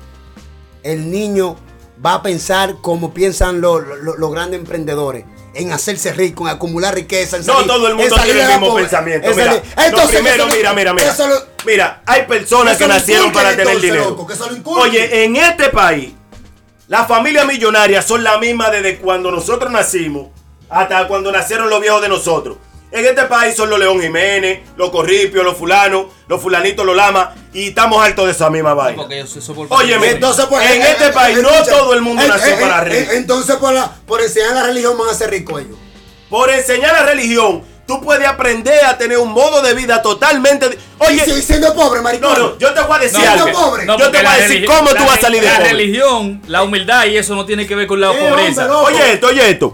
S1: el niño va a pensar como piensan los los- los grandes emprendedores? En hacerse rico, en acumular riqueza. en
S4: No
S1: salir-
S4: todo el
S1: en
S4: mundo
S1: salir
S4: tiene el
S1: de la
S4: mismo
S1: pobreza,
S4: pensamiento.
S1: en
S4: Mira,
S1: salir-
S4: lo
S1: Entonces,
S4: primero,
S1: eso lo-
S4: mira, mira, mira.
S1: eso lo-
S4: Mira, hay personas
S1: Eso
S4: que
S1: lo
S4: nacieron
S1: inculquen
S4: para tener
S1: entonces,
S4: dinero.
S1: loco, que eso lo inculquen.
S4: Oye, en este país, las familias millonarias son las mismas desde cuando nosotros nacimos hasta cuando nacieron los viejos de nosotros. En este país son los León Jiménez, los Corripios, los fulanos, los fulanitos, los lamas, y estamos hartos de esa misma vaina.
S3: Porque yo soy- soy por-
S4: Óyeme,
S1: Entonces, pues,
S4: en
S1: eh,
S4: este
S1: eh,
S4: país no
S1: escucha,
S4: todo el mundo
S1: eh,
S4: nació
S1: eh,
S4: para
S1: eh,
S4: rico.
S1: eh, Entonces, por, la, por enseñar la religión van a ser ricos ellos.
S4: Por enseñar la religión, tú puedes aprender a tener un modo de vida totalmente... di-
S1: Y
S4: Oye,
S1: si- siendo pobre, maricón.
S4: no, no, yo te voy a decir
S1: No,
S4: algo.
S1: no, pobre.
S3: No,
S4: yo
S3: porque
S4: te voy
S3: la
S4: a decir
S3: religi-
S4: cómo
S3: la
S4: tú vas a
S3: re-
S4: salir de
S3: La
S4: pobre.
S3: religión, la humildad y eso no tiene que ver con la
S1: Eh,
S3: pobreza.
S1: hombre, no.
S4: Oye esto, oye esto.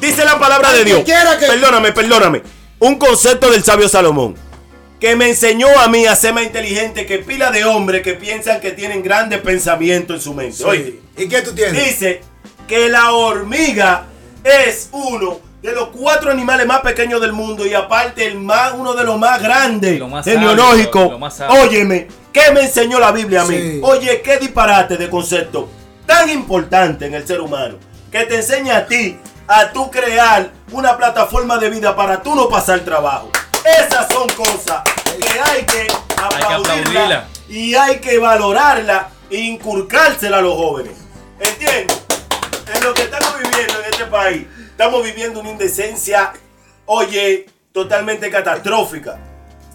S4: Dice la palabra
S1: Al
S4: de
S1: que
S4: Dios.
S1: quiera que-
S4: Perdóname, perdóname. Un concepto del sabio Salomón. Que me enseñó a mí a ser más inteligente que pila de hombres que piensan que tienen grandes pensamientos en su mente. Oye,
S1: ¿Y qué tú tienes?
S4: dice que la hormiga es uno de los cuatro animales más pequeños del mundo y aparte el más, uno de los más grandes,
S3: Lo más sabio,
S4: tecnológico.
S3: lo más sabio.
S4: Óyeme, ¿qué me enseñó la Biblia a mí?
S1: Sí.
S4: Oye, qué disparate de concepto tan importante en el ser humano que te enseña a ti a tú crear una plataforma de vida para tú no pasar trabajo. Esas son cosas que hay que aplaudirla
S3: aplaudirla.
S4: y hay que valorarla e inculcársela a los jóvenes. ¿Entiendes? En lo que estamos viviendo en este país, estamos viviendo una indecencia, oye, totalmente catastrófica.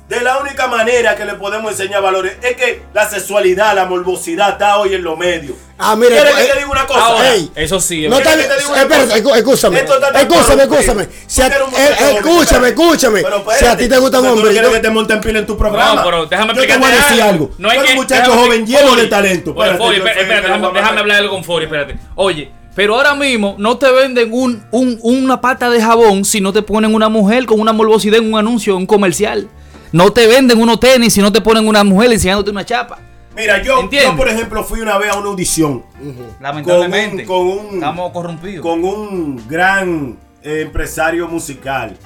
S4: De la única manera que le podemos enseñar valores es que la sexualidad, la morbosidad está hoy en los medios.
S1: Ah, mira,
S4: ¿Quieres
S1: eh,
S4: que te diga una cosa?
S3: Ahora,
S1: Ey,
S3: eso sí,
S1: No
S3: es-
S1: está
S4: Mira
S1: bien. eh,
S4: que te digo una
S1: Espérate,
S4: cosa.
S1: escú- escúchame.
S4: Esto está tan
S1: Escúchame,
S4: corrupto.
S1: escúchame. Si a-
S4: Tú eres un
S1: eh,
S4: muchacho,
S1: escúchame,
S4: espérate.
S1: escúchame.
S4: Pero
S1: Si a
S4: espérate,
S1: ti te gusta un
S4: pero tú no
S1: hombre.
S4: quieres
S1: yo-
S4: que te monte en pila en tu programa.
S3: No, pero déjame
S4: Yo te voy a
S3: explicarte
S4: decir
S3: algo.
S4: algo.
S3: No hay
S4: Tú eres
S3: que-
S4: un muchacho
S3: déjame-
S4: joven lleno
S3: Fori,
S4: de talento.
S3: Fori,
S4: Espérate,
S3: Fori,
S4: yo soy
S3: espérate,
S4: el que
S3: espérate,
S4: lo voy
S3: déjame,
S4: a
S3: déjame
S4: matar.
S3: hablar algo con Fori, espérate. Oye, pero ahora mismo no te venden un, un- una pata de jabón si no te ponen una mujer con una morbosidad en un anuncio, en un comercial. No te venden unos tenis si no te ponen una mujer enseñándote una chapa.
S4: Mira, yo,
S3: ¿Entiendes?
S4: yo, por ejemplo, fui una vez a una audición
S3: Lamentablemente.
S4: Con un- con un-
S3: estamos corrompidos.
S4: con un gran eh, empresario musical.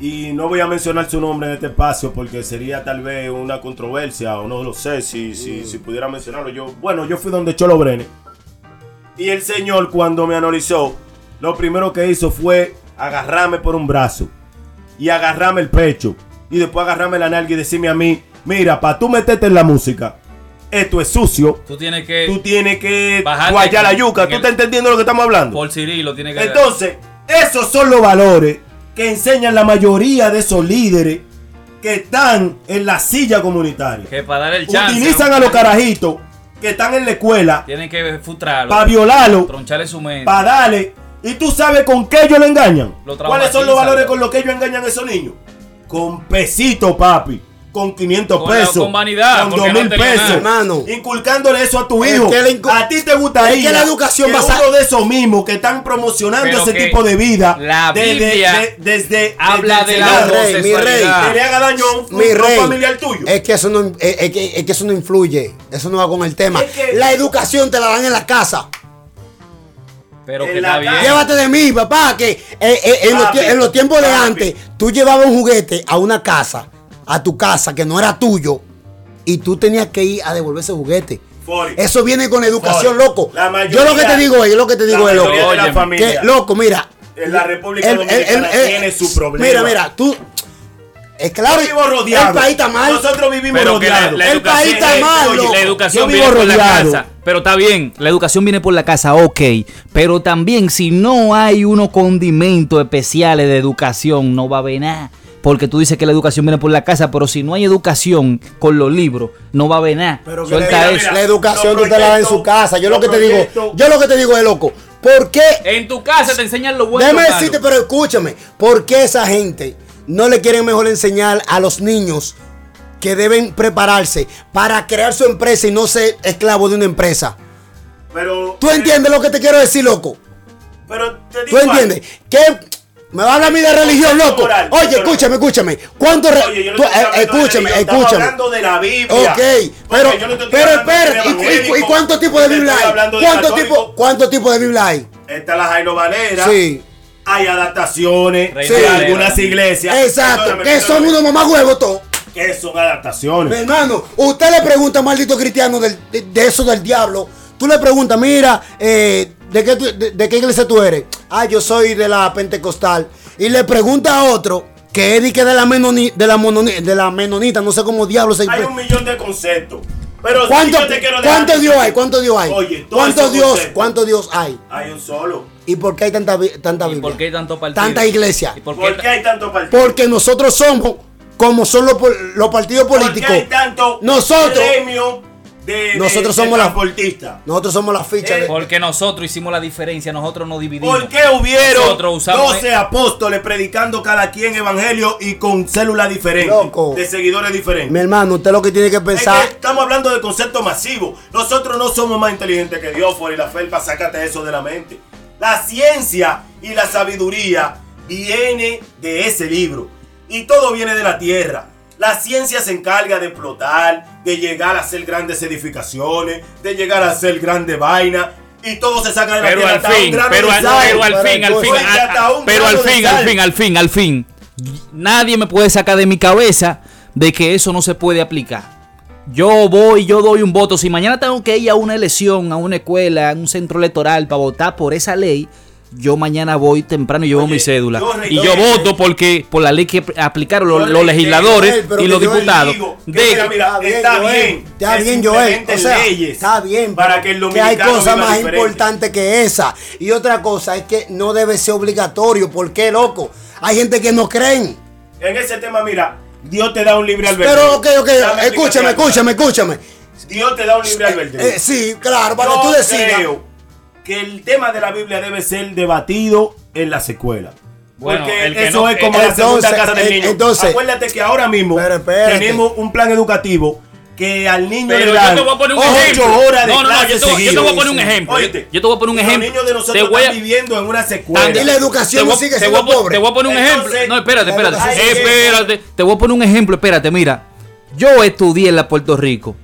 S4: Y no voy a mencionar su nombre en este espacio porque sería tal vez una controversia o no lo sé si, si, si pudiera mencionarlo. Yo, bueno, yo fui donde Cholo Brene. Y el señor cuando me analizó, lo primero que hizo fue agarrarme por un brazo y agarrarme el pecho y después agarrarme la nalga y decirme a mí, mira, para tú meterte en la música, esto es sucio,
S3: Tú tienes que.
S4: tú tienes que
S3: Bajarte
S4: guayar la
S3: en-
S4: yuca,
S3: en
S4: ¿tú
S3: el-
S4: estás entendiendo lo que estamos hablando?
S3: Por Cirilo tienes que.
S4: Entonces, esos son los valores que enseñan la mayoría de esos líderes que están en la silla comunitaria.
S3: que para dar el chance.
S4: Utilizan a los carajitos que están en la escuela
S3: Tienen que frustrarlo.
S4: para violarlo,
S3: Troncharle su mente.
S4: para darle. ¿Y tú sabes con qué ellos le engañan?
S3: Lo traumatizan.
S4: ¿Cuáles son los valores con los que ellos engañan a esos niños? Con pesito, papi. Con 500
S3: Con la-
S4: pesos.
S3: con vanidad,
S4: Con
S3: porque
S4: 2 mil
S3: no tenía
S4: pesos.
S3: nada.
S1: Hermano.
S4: Inculcándole eso a tu
S1: Es
S4: hijo.
S1: que la incu-
S4: a ti te gustaría
S1: es que la educación
S4: que
S1: basa-
S4: uno de esos mismos que están promocionando
S3: Pero
S4: ese
S3: que
S4: tipo de vida.
S3: la
S4: desde-
S3: Biblia
S4: de- desde.
S3: Habla
S4: desde
S3: de
S4: el
S3: la
S1: Mi
S4: Senado,
S1: rey, mi rey.
S3: homosexualidad.
S4: que Le haga daño a un, a
S1: Mi
S4: un
S1: rey,
S4: familiar tuyo.
S1: es que eso no es, es que, es que eso no influye, eso no va con el tema.
S4: Es que-
S1: la educación te la dan en la casa.
S3: Pero
S4: en
S3: que
S4: la
S3: está bien.
S4: calle.
S1: Llévate de mí, papá, que eh, eh, en, los,
S4: Papi,
S1: tie- en los tiempos de
S4: papi.
S1: antes, tú llevabas un juguete a una casa, a tu casa, que no era tuyo, y tú tenías que ir a devolver ese juguete.
S4: Fori.
S1: Eso viene con la educación,
S4: Oye,
S1: loco.
S4: la mayoría-
S1: yo lo que te digo es, yo lo que te digo
S4: la
S1: es, loco,
S4: mayoría de la
S1: que,
S4: familia.
S1: loco, mira.
S4: En la República Dominicana tiene su problema.
S1: Mira, mira, tú, es claro,
S4: Yo vivo rodeado.
S1: el país está mal.
S4: Nosotros vivimos
S3: Pero que la-
S4: rodeados.
S3: la
S1: El país está
S3: educación-
S1: mal,
S3: oye,
S1: loco.
S3: La educación
S4: Yo
S3: viene
S4: vivo
S3: por la
S4: rodeado.
S3: casa. Pero está bien, la educación viene por la casa, ok. Pero también, si no hay unos condimentos especiales de educación, no va a haber nada. Porque tú dices que la educación viene por la casa, pero si no hay educación con los libros, no va a haber nada.
S1: Pero que
S3: Suelta
S1: le-
S4: mira,
S3: eso.
S4: mira.
S1: La educación tú
S4: Los
S1: te la das en
S4: proyectos,
S1: su casa. Yo lo
S4: los
S1: que te digo,
S4: proyectos.
S1: yo lo que te digo es loco. ¿Por qué?
S3: En tu casa te enseñan lo bueno.
S1: Déjame
S3: malo.
S1: decirte, pero escúchame. ¿Por qué esa gente no le quieren mejor enseñar a los niños que deben prepararse para crear su empresa y no ser esclavo de una empresa?
S4: Pero,
S1: ¿Tú entiendes lo que te quiero decir, loco?
S4: Pero te
S1: ¿Tú
S4: digo algo.
S1: entiendes? ¿Qué? Me va a hablar a mí de religión, loco.
S4: Moral,
S1: Oye,
S4: moral.
S1: escúchame, escúchame. ¿Cuánto re-
S4: Oye, yo no
S1: tú-
S4: te estoy
S1: eh,
S4: hablando de
S1: Escúchame,
S4: religión, estamos
S1: escúchame.
S4: hablando de la Biblia.
S1: Ok,
S4: Porque
S1: pero,
S4: yo no te estoy
S1: pero
S4: hablando de
S1: espérate, ¿y,
S4: evangélico,
S1: y- y cuánto tipo de
S4: te estoy
S1: Biblia hay?
S4: hablando de
S1: ¿Cuánto
S4: católico.
S1: tipo, ¿Cuánto tipo de Biblia hay?
S4: Está la Jairo Valera.
S1: Sí.
S4: Hay adaptaciones
S3: Reina
S1: Sí.
S4: de
S1: Valera
S4: algunas
S3: también.
S4: iglesias.
S1: Exacto,
S4: Perdóname,
S1: que son
S4: perdóname.
S1: unos mamagüevos todos.
S4: Que son
S1: Mi
S4: adaptaciones.
S1: hermano, usted le pregunta a maldito cristiano del- de, de eso del diablo. Tú le preguntas, mira, eh, ¿de, qué, tú- de, de qué iglesia tú eres? Ah, yo soy de la pentecostal. Y le pregunta a otro, que es de que de la, menoni- de la, mononi- de la menonita, no sé cómo diablo se
S4: Hay un millón de conceptos. Pero
S1: ¿Cuánto,
S4: sí, yo te quiero dejar-
S1: ¿Cuánto Dios hay? ¿Cuánto Dios hay?
S4: Oye, todo
S1: ¿Cuánto
S4: ese
S1: Dios,
S4: concepto.
S1: cuánto Dios hay?
S4: Hay un solo.
S1: ¿Y por qué hay tanta, bi- tanta
S7: ¿Y
S1: Biblia?
S7: por qué hay tanto partido?
S1: Tanta iglesia.
S7: ¿Y por
S4: ¿Por,
S7: qué
S4: qué hay tanto partido?
S1: Porque nosotros somos como son los, pol- los partidos
S4: ¿Por qué
S1: políticos.
S4: hay tanto
S1: Nosotros-
S4: gremio de, de-
S1: Nosotros
S4: de
S1: somos la-
S4: transportistas?
S1: Nosotros somos la ficha.
S4: Eh,
S1: de-
S7: Porque nosotros hicimos la diferencia, nosotros nos dividimos.
S4: ¿Por qué hubieron
S7: Nosotros usamos-
S4: 12 apóstoles predicando cada quien evangelio y con células diferentes?
S1: Loco.
S4: De seguidores diferentes.
S1: Mi hermano, usted lo que tiene que
S4: Es
S1: pensar.
S4: que estamos hablando de concepto masivo. Nosotros no somos más inteligentes que Dios, y la felpa, sácate eso de la mente. La ciencia y la sabiduría viene de ese libro. Y todo viene de la tierra. La ciencia se encarga de explotar, de llegar a hacer grandes edificaciones, de llegar a hacer grandes vainas. Y todo se saca de la
S2: Pero
S4: tierra.
S2: al
S4: hasta un
S2: fin,
S4: grano
S2: pero
S4: de
S2: al,
S4: sal.
S2: pero al
S1: para
S2: fin, al
S1: el
S2: fin,
S1: coche.
S2: a- a-
S3: ah,
S4: Hasta un
S2: pero al
S4: grano de
S2: fin, al
S4: sal.
S2: fin, al fin, al fin. Nadie me puede sacar de mi cabeza de que eso no se puede aplicar.
S3: Yo voy, yo doy un voto. Si mañana tengo que ir a una elección, a una escuela, a un centro electoral para votar por esa ley, yo mañana voy temprano y llevo
S4: Oye,
S3: mi cédula.
S4: yo
S3: y
S4: reitero-
S3: yo voto porque por la ley que aplicaron
S4: Yo
S3: los, los
S4: reitero,
S3: legisladores
S1: Joel, pero
S3: y
S1: que yo
S3: los
S1: le
S3: diputados.
S4: digo que
S3: De-
S4: mira, mira, está bien,
S1: Está
S4: es
S1: bien, Joel.
S4: simplemente
S1: O sea,
S4: leyes
S1: está bien.
S4: para que el
S1: hay
S4: dominicano
S1: cosas
S4: viva
S1: más
S4: diferente.
S1: importantes que esa. Y otra cosa es que no debe ser obligatorio. ¿Por qué, loco? Hay gente que no creen.
S4: En ese tema, mira, Dios te da un libre albedrío.
S1: Pero, ok, ok. Escúchame,
S4: Dame explicación.
S1: escúchame, escúchame.
S4: Dios te da un libre albedrío.
S1: Eh, sí, claro, para
S4: Yo
S1: que tú decidas.
S4: creo que el tema de la Biblia debe ser debatido en las escuelas.
S7: Bueno,
S4: Porque
S7: el que
S4: eso
S7: no-
S4: es como la
S1: entonces,
S4: segunda casa del
S1: eh,
S4: niño.
S1: entonces-
S4: Acuérdate que ahora mismo
S1: Pero espérate.
S4: tenemos un plan educativo que al niño
S7: Pero
S4: le
S7: yo
S4: dan
S7: te voy a poner un
S4: ocho
S7: ejemplo.
S4: horas de
S7: No, no, no, yo
S4: clase
S7: te voy- yo te voy a poner un
S4: seguidas.
S7: ejemplo.
S4: Oíste,
S7: yo te voy a poner un
S4: los
S7: ejemplo.
S4: niños de nosotros
S7: Te voy a-
S4: están viviendo en una
S1: Y la
S4: secuela.
S1: educación
S7: Te voy-
S1: sigue
S7: te
S1: siendo
S7: voy a-
S1: pobre.
S7: Te voy a poner un
S4: Entonces,
S7: ejemplo. No, espérate, espérate.
S1: Ay,
S4: sí.
S7: espérate.
S3: Eh, Te voy a poner un ejemplo, espérate, mira. Yo estudié en la Puerto Rico.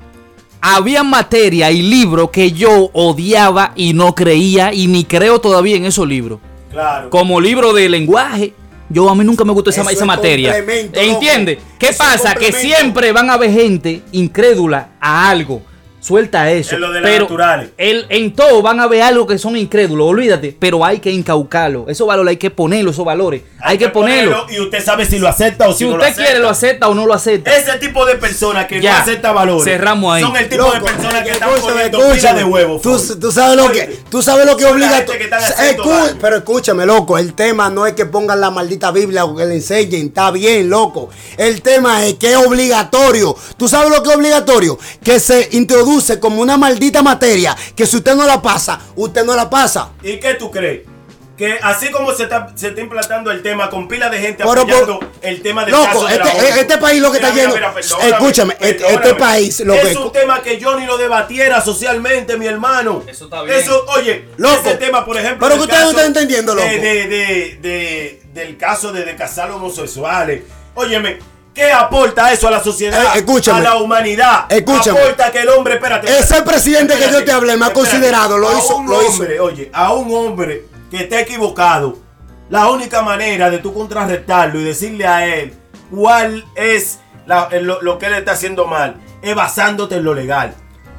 S3: Había materia y libros que yo odiaba y no creía y ni creo todavía en esos libros.
S4: Claro.
S3: Como libro de lenguaje, yo a mí nunca me gustó esa,
S1: Eso
S3: esa
S1: es
S3: materia.
S1: complemento, loco.
S3: ¿Entiendes? ¿Qué
S1: Eso es
S3: pasa? Que
S1: complemento.
S3: siempre van a haber gente incrédula a algo. Suelta eso.
S4: Es lo de las
S3: pero
S4: naturales.
S3: el- en todo van a haber algo que son incrédulos, olvídate. Pero hay que incaucarlo. Esos valores hay que ponerlo, esos valores. Hay, que ponerlo.
S4: Y usted sabe si lo acepta o si,
S3: Si
S4: no
S3: usted quiere, lo
S4: acepta.
S3: acepta o no lo acepta.
S4: Ese tipo de personas que
S3: Ya.
S4: no acepta valores
S3: Cerramos ahí.
S4: son el tipo de
S1: Loco,
S4: personas que están
S1: escúchame,
S4: poniendo pila
S1: escúchame.
S4: de huevos.
S1: Tú,
S4: Ford.
S1: tú sabes lo que,
S4: Oye,
S1: tú sabes lo que
S4: son la
S1: obliga.
S4: gente que están haciendo
S1: Escu-
S4: daño.
S1: pero escúchame, loco. El tema no es que pongan la maldita Biblia o que le enseñen. Está bien, loco. El tema es que es obligatorio. Tú sabes lo que es obligatorio. Que se introduce como una maldita materia. Que si usted no la pasa, usted no la pasa.
S4: ¿Y qué tú crees? Que así como se está, se está implantando el tema con pila de gente
S1: Pero,
S4: apoyando
S1: pero,
S4: el tema del caso
S1: Loco,
S4: de la
S1: este,
S4: ONU.
S1: este país lo que está
S4: Mira,
S1: lleno.
S4: mira, mira, perdóname,
S1: escúchame, este- este
S4: perdóname.
S1: país lo
S4: es
S1: que-
S4: un tema que yo ni lo debatiera socialmente, mi hermano.
S7: Eso está bien.
S4: Eso, oye,
S1: Loco,
S4: ese tema, por ejemplo.
S1: pero
S4: del
S1: que ustedes no
S4: caso
S1: están entendiendo,
S4: de-
S1: loco.
S4: de- de- de- del caso de, de casar homosexuales. Óyeme. ¿Qué aporta eso a la sociedad?
S1: Eh, escúchame.
S4: a la humanidad.
S1: Escúchame.
S4: Aporta que el hombre, espérate.
S1: Ese
S4: espérate,
S1: presidente que yo
S4: espérate,
S1: te hablé me ha
S4: espérate.
S1: considerado, lo
S4: A
S1: hizo-
S4: un
S1: lo hizo.
S4: hombre, Eh, oye, a un hombre que esté equivocado, la única manera de tú contrarrestarlo y decirle a él cuál es la- lo, lo que él está haciendo mal es basándote en lo legal.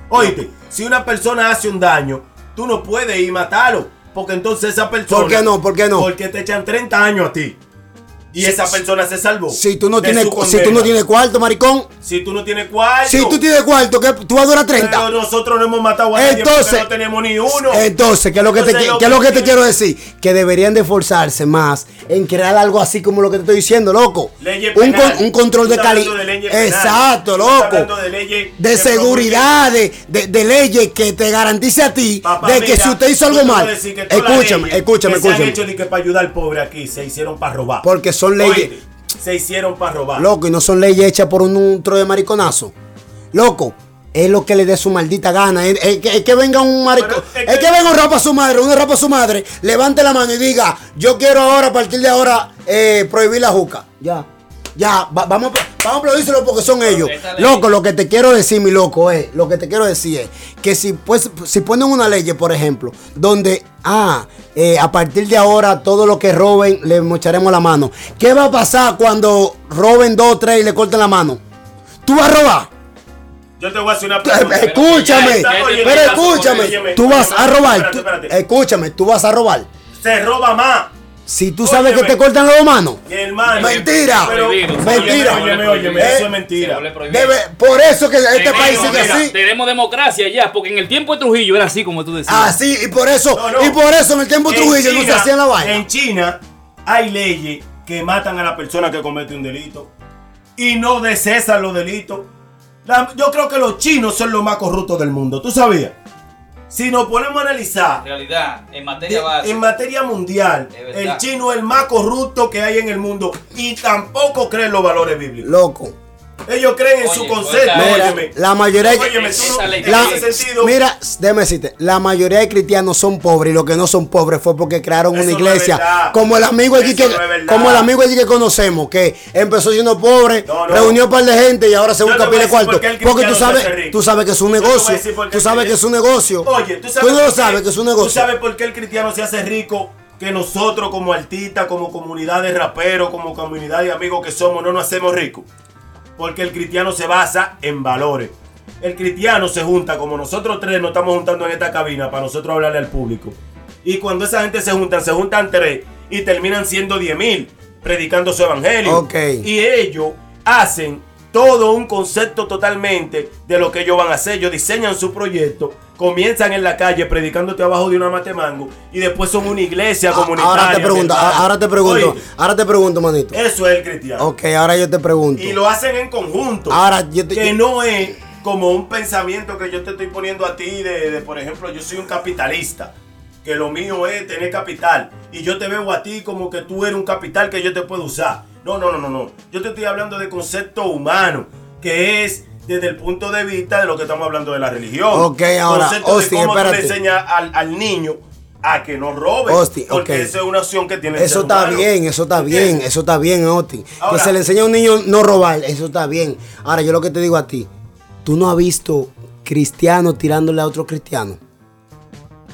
S4: Oíste, si una persona hace un daño, tú no puedes ir a matarlo. Porque entonces esa persona.
S1: ¿Por qué no? ¿Por qué no?
S4: Porque te echan 30 años a ti. Y esa persona se salvó.
S1: Si tú no
S4: de
S1: tienes,
S4: su
S1: si tú
S4: condena.
S1: no tienes cuarto, maricón.
S4: Si tú no tienes cuarto.
S1: Si tú tienes cuarto, que tú vas a durar 30.
S4: Pero nosotros no hemos matado a nadie
S1: Entonces-
S4: porque no tenemos ni uno.
S1: Entonces, ¿qué es lo que,
S4: Entonces,
S1: te,
S4: lo
S1: qué es lo
S4: que
S1: que te
S4: tiene-
S1: quiero decir? Que deberían de esforzarse más en crear algo así como lo que te estoy diciendo, loco.
S4: Leyes
S1: un,
S4: penales.
S1: con- un control
S4: Tú
S1: de
S4: estás
S1: calidad.
S4: hablando de leyes penales.
S1: Exacto,
S4: Tú estás
S1: loco.
S4: hablando de leyes
S1: De
S4: que
S1: seguridad, de, de- de leyes que te garantice a ti
S4: Papá,
S1: de que
S4: mira,
S1: si usted hizo algo
S4: yo te voy a
S1: mal.
S4: decir que todas las
S1: Escúchame,
S4: leyes
S1: escúchame,
S4: que Se han
S1: escúchame.
S4: hecho de que para ayudar al pobre aquí se hicieron para robar.
S1: Porque son leyes-
S4: Oíste, se hicieron para robar.
S1: Loco, y no son leyes hechas por un, un tro de mariconazo. Loco, es lo que le dé su maldita gana. Es, es que, es que venga un maricón.
S4: Pero es
S1: Es,
S4: que-
S1: que venga un rapa a su madre, un rapa a su madre, levante la mano y diga, yo quiero ahora, a partir de ahora, eh, prohibir la juca. Ya. Ya, va- vamos, a- vamos a aplaudírselo porque son ellos.
S7: esta ley-
S1: Loco, lo que te quiero decir, mi loco, es, lo que te quiero decir es que si, pues, si ponen una ley, por ejemplo, donde, ah, eh, a partir de ahora, todo lo que roben, le mocharemos la mano. ¿Qué va a pasar cuando roben dos, tres y le corten la mano? ¿Tú vas a robar?
S4: Yo te voy a hacer una
S1: Tú-
S4: pregunta.
S1: escúchame,
S7: ya está, oye,
S1: pero
S7: ya está,
S1: escúchame,
S4: óyeme,
S1: tú eh, vas a
S4: este espérate,
S1: robar.
S4: espérate,
S1: tú-
S4: espérate.
S1: Escúchame, tú vas a robar.
S4: Se roba más.
S1: Si tú sabes
S4: Óyeme.
S1: que te cortan los dos manos.
S4: Mi hermano.
S1: Mentira.
S4: Pero-
S7: Prohibido.
S1: Mentira.
S4: Óyeme, óyeme,
S1: ¿Eh?
S4: eso es mentira.
S1: Debe- por eso que este
S7: Tenemos,
S1: país sigue
S7: mira,
S1: así.
S7: Tenemos democracia ya, porque en el tiempo de Trujillo era así como tú decías.
S1: Así, y por eso,
S4: No, no.
S1: y por eso en el tiempo de
S4: En
S1: Trujillo no se
S4: China-
S1: hacía la vaina.
S4: En China hay leyes que matan a la persona que comete un delito y no decesan los delitos. La- yo creo que los chinos son los más corruptos del mundo. ¿Tú sabías? Si nos ponemos a analizar
S7: realidad, en materia
S4: de- en materia mundial,
S7: Es verdad.
S4: el chino es el más corrupto que hay en el mundo y tampoco creen los valores bíblicos.
S1: Loco.
S4: Ellos creen en
S7: Oye,
S4: su concepto.
S7: oye,
S1: Mira,
S4: óyeme.
S1: la mayoría.
S4: Óyeme, tú
S7: Esa
S4: no-
S7: ley
S4: en
S1: La-
S4: ese sentido,
S1: mira, déjame decirte, la mayoría de cristianos son pobres y los que no son pobres fue porque crearon una
S4: Eso no es
S1: iglesia.
S4: verdad.
S1: como el amigo allí
S4: Eso
S1: que,
S4: no es verdad.
S1: como el amigo allí que conocemos, que empezó siendo pobre,
S4: No, no.
S1: reunió un par de gente y ahora se
S4: Yo te
S1: busca
S4: voy
S1: pila
S4: a
S1: de
S4: decir
S1: cuarto.
S4: por qué el
S1: porque tú
S4: cristiano se
S1: sabes,
S4: hace rico.
S1: tú sabes que es un
S4: Yo te voy a
S1: negocio.
S4: decir por qué
S1: Tú sabes
S4: el
S1: que es un negocio.
S4: Oye, tú sabes.
S1: no
S4: por
S1: lo
S4: qué-
S1: sabes que es un negocio.
S4: Tú sabes por qué el cristiano se hace rico que nosotros, como artistas, como comunidad de raperos, como comunidad de amigos que somos, no nos hacemos ricos. Porque el cristiano se basa en valores. El cristiano se junta, como nosotros tres nos estamos juntando en esta cabina para nosotros hablarle al público. Y cuando esa gente se juntan, se juntan tres y terminan siendo 10 mil predicando su evangelio.
S1: Ok.
S4: Y ellos hacen todo un concepto totalmente de lo que ellos van a hacer. Ellos diseñan su proyecto, comienzan en la calle predicándote abajo de una matemango y después son una iglesia comunitaria.
S1: Ah, Ahora te pregunto, ah,
S4: mi hermano.
S1: ahora te pregunto,
S4: Oye,
S1: ahora te pregunto, manito.
S4: eso es el cristiano.
S1: Ok, ahora yo te pregunto.
S4: Y lo hacen en conjunto.
S1: Ahora, yo te-
S4: que
S1: yo-
S4: no es como un pensamiento que yo te estoy poniendo a ti de, de, por ejemplo, yo soy un capitalista. Que lo mío es tener capital. Y yo te veo a ti como que tú eres un capital que yo te puedo usar. No, no, no, no, no. Yo te estoy hablando de concepto humano. Que es desde el punto de vista de lo que estamos hablando de la religión.
S1: Ok, ahora,
S4: Concepto
S1: Austin,
S4: de cómo tú le
S1: espérate.
S4: enseñas al, al niño a que no robe.
S1: Austin,
S4: porque
S1: ok.
S4: eso es una opción que tiene el
S1: Eso
S4: ser
S1: está
S4: humano.
S1: bien, eso está bien,
S4: ¿Entiendes?
S1: eso está bien, Oti. Que
S4: Ahora-
S1: se le enseña a un niño no robar, eso está bien. Ahora, yo lo que te digo a ti, tú no has visto cristiano tirándole a otro cristiano.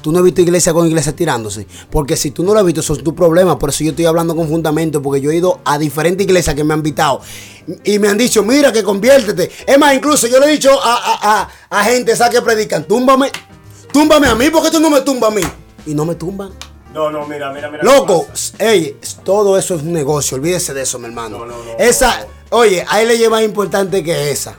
S1: Tú no has visto iglesia con iglesia tirándose. Porque si tú no lo has visto, eso es tu problema. Por eso yo estoy hablando con fundamento. Porque yo he ido a diferentes iglesias que me han invitado. Y me han dicho, mira que conviértete. Es más, incluso yo le he dicho a, a- a- a gente esa que predican, túmbame. Túmbame a mí, porque tú no me tumbas a mí. Y no me tumban.
S4: No, no, mira, mira, mira. qué
S1: Loco,
S4: pasa.
S1: ey, todo eso es un negocio, olvídese de eso, mi hermano.
S4: No, no, no.
S1: esa, oye, hay leyes más importante que esa.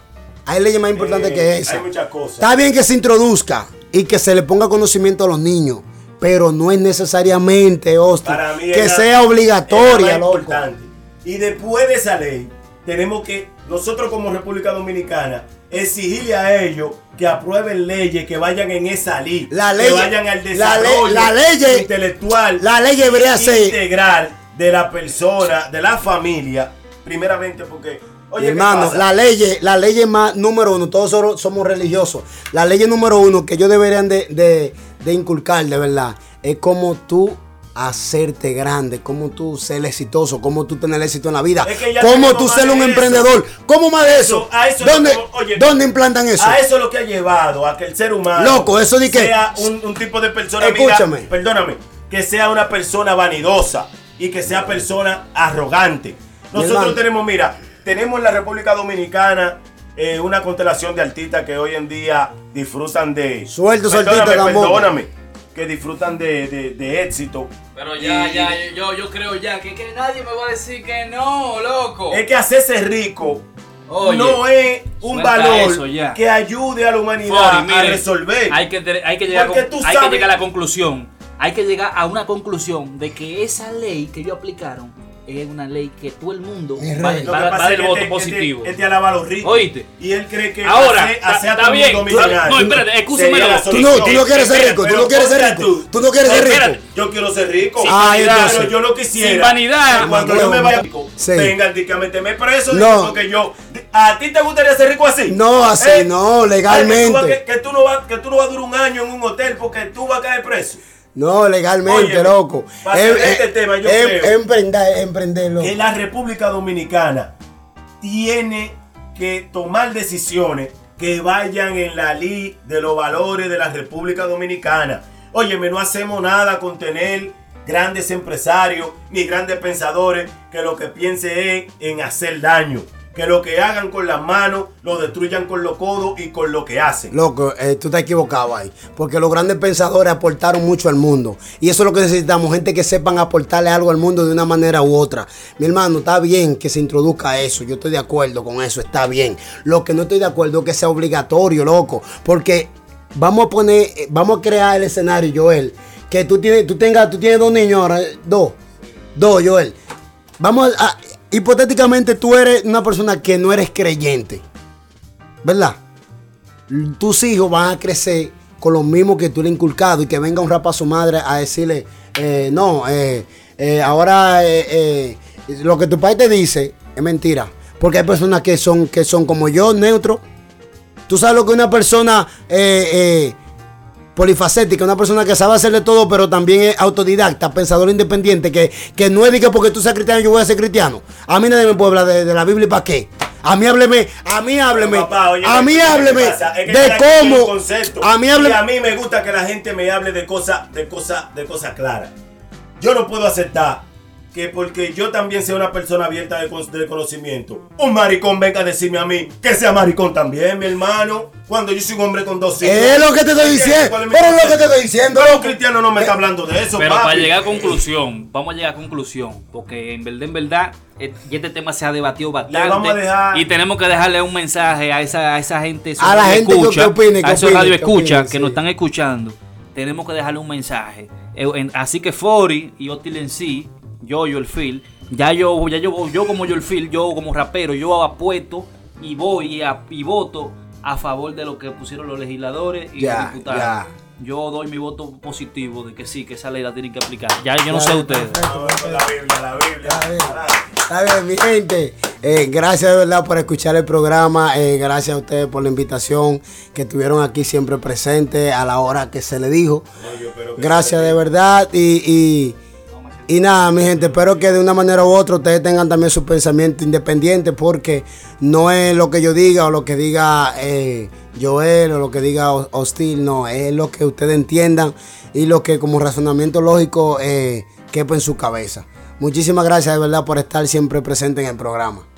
S1: Hay leyes más importante
S4: Eh,
S1: que esa.
S4: hay muchas cosas.
S1: Está bien que se introduzca y que se le ponga conocimiento a los niños, pero no es necesariamente,
S4: Para
S1: hostia,
S4: mí
S1: que
S4: es la-
S1: sea obligatoria,
S4: es la más
S1: loco.
S4: importante. Y después de esa ley, tenemos que, nosotros como República Dominicana, exigirle a ellos que aprueben leyes que vayan en esa ley.
S1: La
S4: que
S1: ley-
S4: vayan al
S1: la
S4: desarrollo
S1: ley- la ley-
S4: intelectual.
S1: la ley debería
S4: e
S1: ser-
S4: integral de la persona, de la familia, primeramente porque... Oye,
S1: Mi
S4: ¿qué
S1: hermano,
S4: pasa?
S1: la ley, la ley más número uno, todos solo- somos religiosos. La ley número uno que ellos deberían de, de- de inculcar, de verdad, es cómo tú hacerte grande, cómo tú ser exitoso, cómo tú tener éxito en la vida,
S4: Es que ya
S1: cómo
S4: tenemos
S1: tú
S4: más
S1: ser
S4: de
S1: un
S4: eso.
S1: emprendedor, cómo más de eso.
S4: Eso, a eso
S1: ¿Dónde,
S4: lo que- oye,
S1: dónde implantan eso?
S4: A eso es lo que ha llevado a que el ser humano
S1: Loco, eso de que-
S4: sea un, un tipo de persona. mira,
S1: Escúchame.
S4: perdóname. Que sea una persona vanidosa y que sea persona arrogante.
S1: hermano.
S4: Nosotros tenemos, mira, tenemos en la República Dominicana eh, una constelación de artistas que hoy en día disfrutan de.
S1: Suelta,
S4: Perdóname,
S1: soltita, tambor.
S4: Perdóname. Que disfrutan de, de- de éxito.
S7: Pero ya,
S4: Y-
S7: ya, yo, yo creo ya que, que nadie me va a decir que no, loco.
S4: Es que hacerse rico
S7: Oh. Oye,
S4: no es un
S7: suelta
S4: valor
S7: eso ya.
S4: que ayude a la humanidad
S7: Fori,
S4: a
S7: mire,
S4: resolver.
S7: Hay que, te- hay que llegar
S4: Porque
S7: con-
S4: tú
S7: hay
S4: sabes-
S7: que llegar a la conclusión. Hay que llegar a una conclusión de que esa ley que ellos aplicaron es una ley que todo el mundo
S1: Mi
S7: va,
S1: rey.
S4: Lo
S7: va-
S4: que
S7: va
S4: pasa es
S7: del
S4: que
S7: voto
S4: este-
S7: positivo.
S4: Este, este alaba a los ricos.
S7: Oíste.
S4: Y él cree que
S7: Ahora,
S4: hace-
S7: está-
S4: hace a
S7: está
S4: todo el mundo
S7: bien, tú-
S4: millonario.
S7: no, espérate, escúchame,
S4: Sería la
S7: loco.
S1: Tú
S4: solución.
S1: no, tú no quieres ser rico, tú
S4: Pero
S1: no quieres ser
S4: ponte
S1: rico, tú no quieres ser rico.
S7: Espérate.
S4: Yo quiero ser rico.
S7: Sin
S1: Ah,
S7: vanidad.
S1: entonces.
S4: pero yo lo quisiera.
S7: Sin vanidad.
S4: que Cuando yo me vaya,
S1: Sí.
S4: vengan, di que a meterme preso.
S1: No.
S4: No. que yo. ¿A ti te gustaría ser rico así? Eh,
S1: No, así no,
S4: Ay, que tú vas-
S1: legalmente.
S4: Que, que tú no vas, que tú no vas a durar un año en un hotel porque tú vas a caer preso.
S1: No, legalmente,
S4: Óyeme,
S1: loco.
S4: para
S1: Em-
S4: hacer este
S1: em-
S4: tema, yo
S1: em-
S4: creo.
S1: Emprender, emprender, loco.
S4: que la República Dominicana tiene que tomar decisiones que vayan en la ley de los valores de la República Dominicana. Óyeme, no hacemos nada con tener grandes empresarios ni grandes pensadores que lo que piense es en hacer daño. que lo que hagan con las manos lo destruyan con los codos y con lo que hacen.
S1: Loco, eh, tú estás equivocado ahí. Porque los grandes pensadores aportaron mucho al mundo. Y eso es lo que necesitamos: gente que sepan aportarle algo al mundo de una manera u otra. Mi hermano, está bien que se introduzca eso. Yo estoy de acuerdo con eso, está bien. Lo que no estoy de acuerdo es que sea obligatorio, loco. Porque vamos a poner, eh, vamos a crear el escenario, Joel. Que tú tienes, tú tengas, tú tienes dos niños ahora, eh, dos. Dos, Joel. Vamos a, a- hipotéticamente tú eres una persona que no eres creyente. ¿verdad? Tus hijos van a crecer con lo mismo que tú le has inculcado y que venga un rapa a su madre a decirle, eh, no, eh, eh, ahora eh, eh, lo que tu padre te dice es mentira. Porque hay personas que son, que son como yo, neutro. Tú sabes lo que una persona eh, eh, polifacética, una persona que sabe hacer de todo, pero también es autodidacta, pensador independiente, que, que no es de que porque tú seas cristiano yo voy a ser cristiano. A mí nadie me puede hablar de, de la Biblia y para qué. A mí hábleme, a mí hábleme,
S4: Pero, papá, oye,
S1: a mí
S4: ¿qué
S1: hábleme
S4: pasa? Es que
S1: de
S4: cada quien tiene un
S1: cómo,
S4: concepto.
S1: a mí
S4: Y a
S1: hábleme,
S4: mí me gusta que la gente me hable de cosas de cosas de cosas claras. Yo no puedo aceptar que porque yo también sea una persona abierta de, con- de conocimiento, un maricón venga a decirme a mí que sea maricón también, mi hermano, cuando yo soy un hombre con dos hijos.
S1: es lo que te estoy
S4: ¿Entiendes?
S1: diciendo,
S4: ¿Cuál es mi
S1: pero es lo que te
S4: concepto?
S1: estoy diciendo,
S4: Pero un
S1: loco.
S4: cristiano no me está hablando de eso,
S3: Pero para
S4: papi.
S3: llegar a conclusión, vamos a llegar a conclusión, porque en verdad, en verdad, eh, y este tema se ha debatido bastante.
S4: vamos a dejar-
S3: Y tenemos que dejarle un mensaje a esa, a esa gente, esos
S1: A la
S3: radio
S1: gente que- que opine, que
S3: a esos
S1: opine,
S3: radio
S1: que
S3: escucha
S1: opine,
S3: que
S1: sí.
S3: nos están escuchando. Tenemos que dejarle un mensaje. Eh, en- así que Fori y Otil en sí, yo, yo el Phil, ya yo, ya yo, yo como yo el Phil, yo como rapero, yo apuesto y voy y, a- y voto a favor de lo que pusieron los legisladores y
S1: Ya,
S3: los diputados.
S1: ya.
S3: Yo doy mi voto positivo de que sí, que esa ley la tienen que aplicar. Ya yo no sé
S1: Dale,
S3: ustedes.
S1: perfecto,
S4: Vamos con La Biblia, la Biblia.
S1: Está bien. Está bien, mi gente. Eh, gracias de verdad por escuchar el programa. Eh, gracias a ustedes por la invitación que estuvieron aquí siempre presentes a la hora que se le dijo. Gracias de verdad. Y, y, y nada, mi gente, espero que de una manera u otra ustedes tengan también su pensamiento independiente porque no es lo que yo diga o lo que diga eh, Joel o lo que diga Ho- Hostil, no, es lo que ustedes entiendan y lo que como razonamiento lógico eh, quepa en su cabeza. Muchísimas gracias de verdad por estar siempre presente en el programa.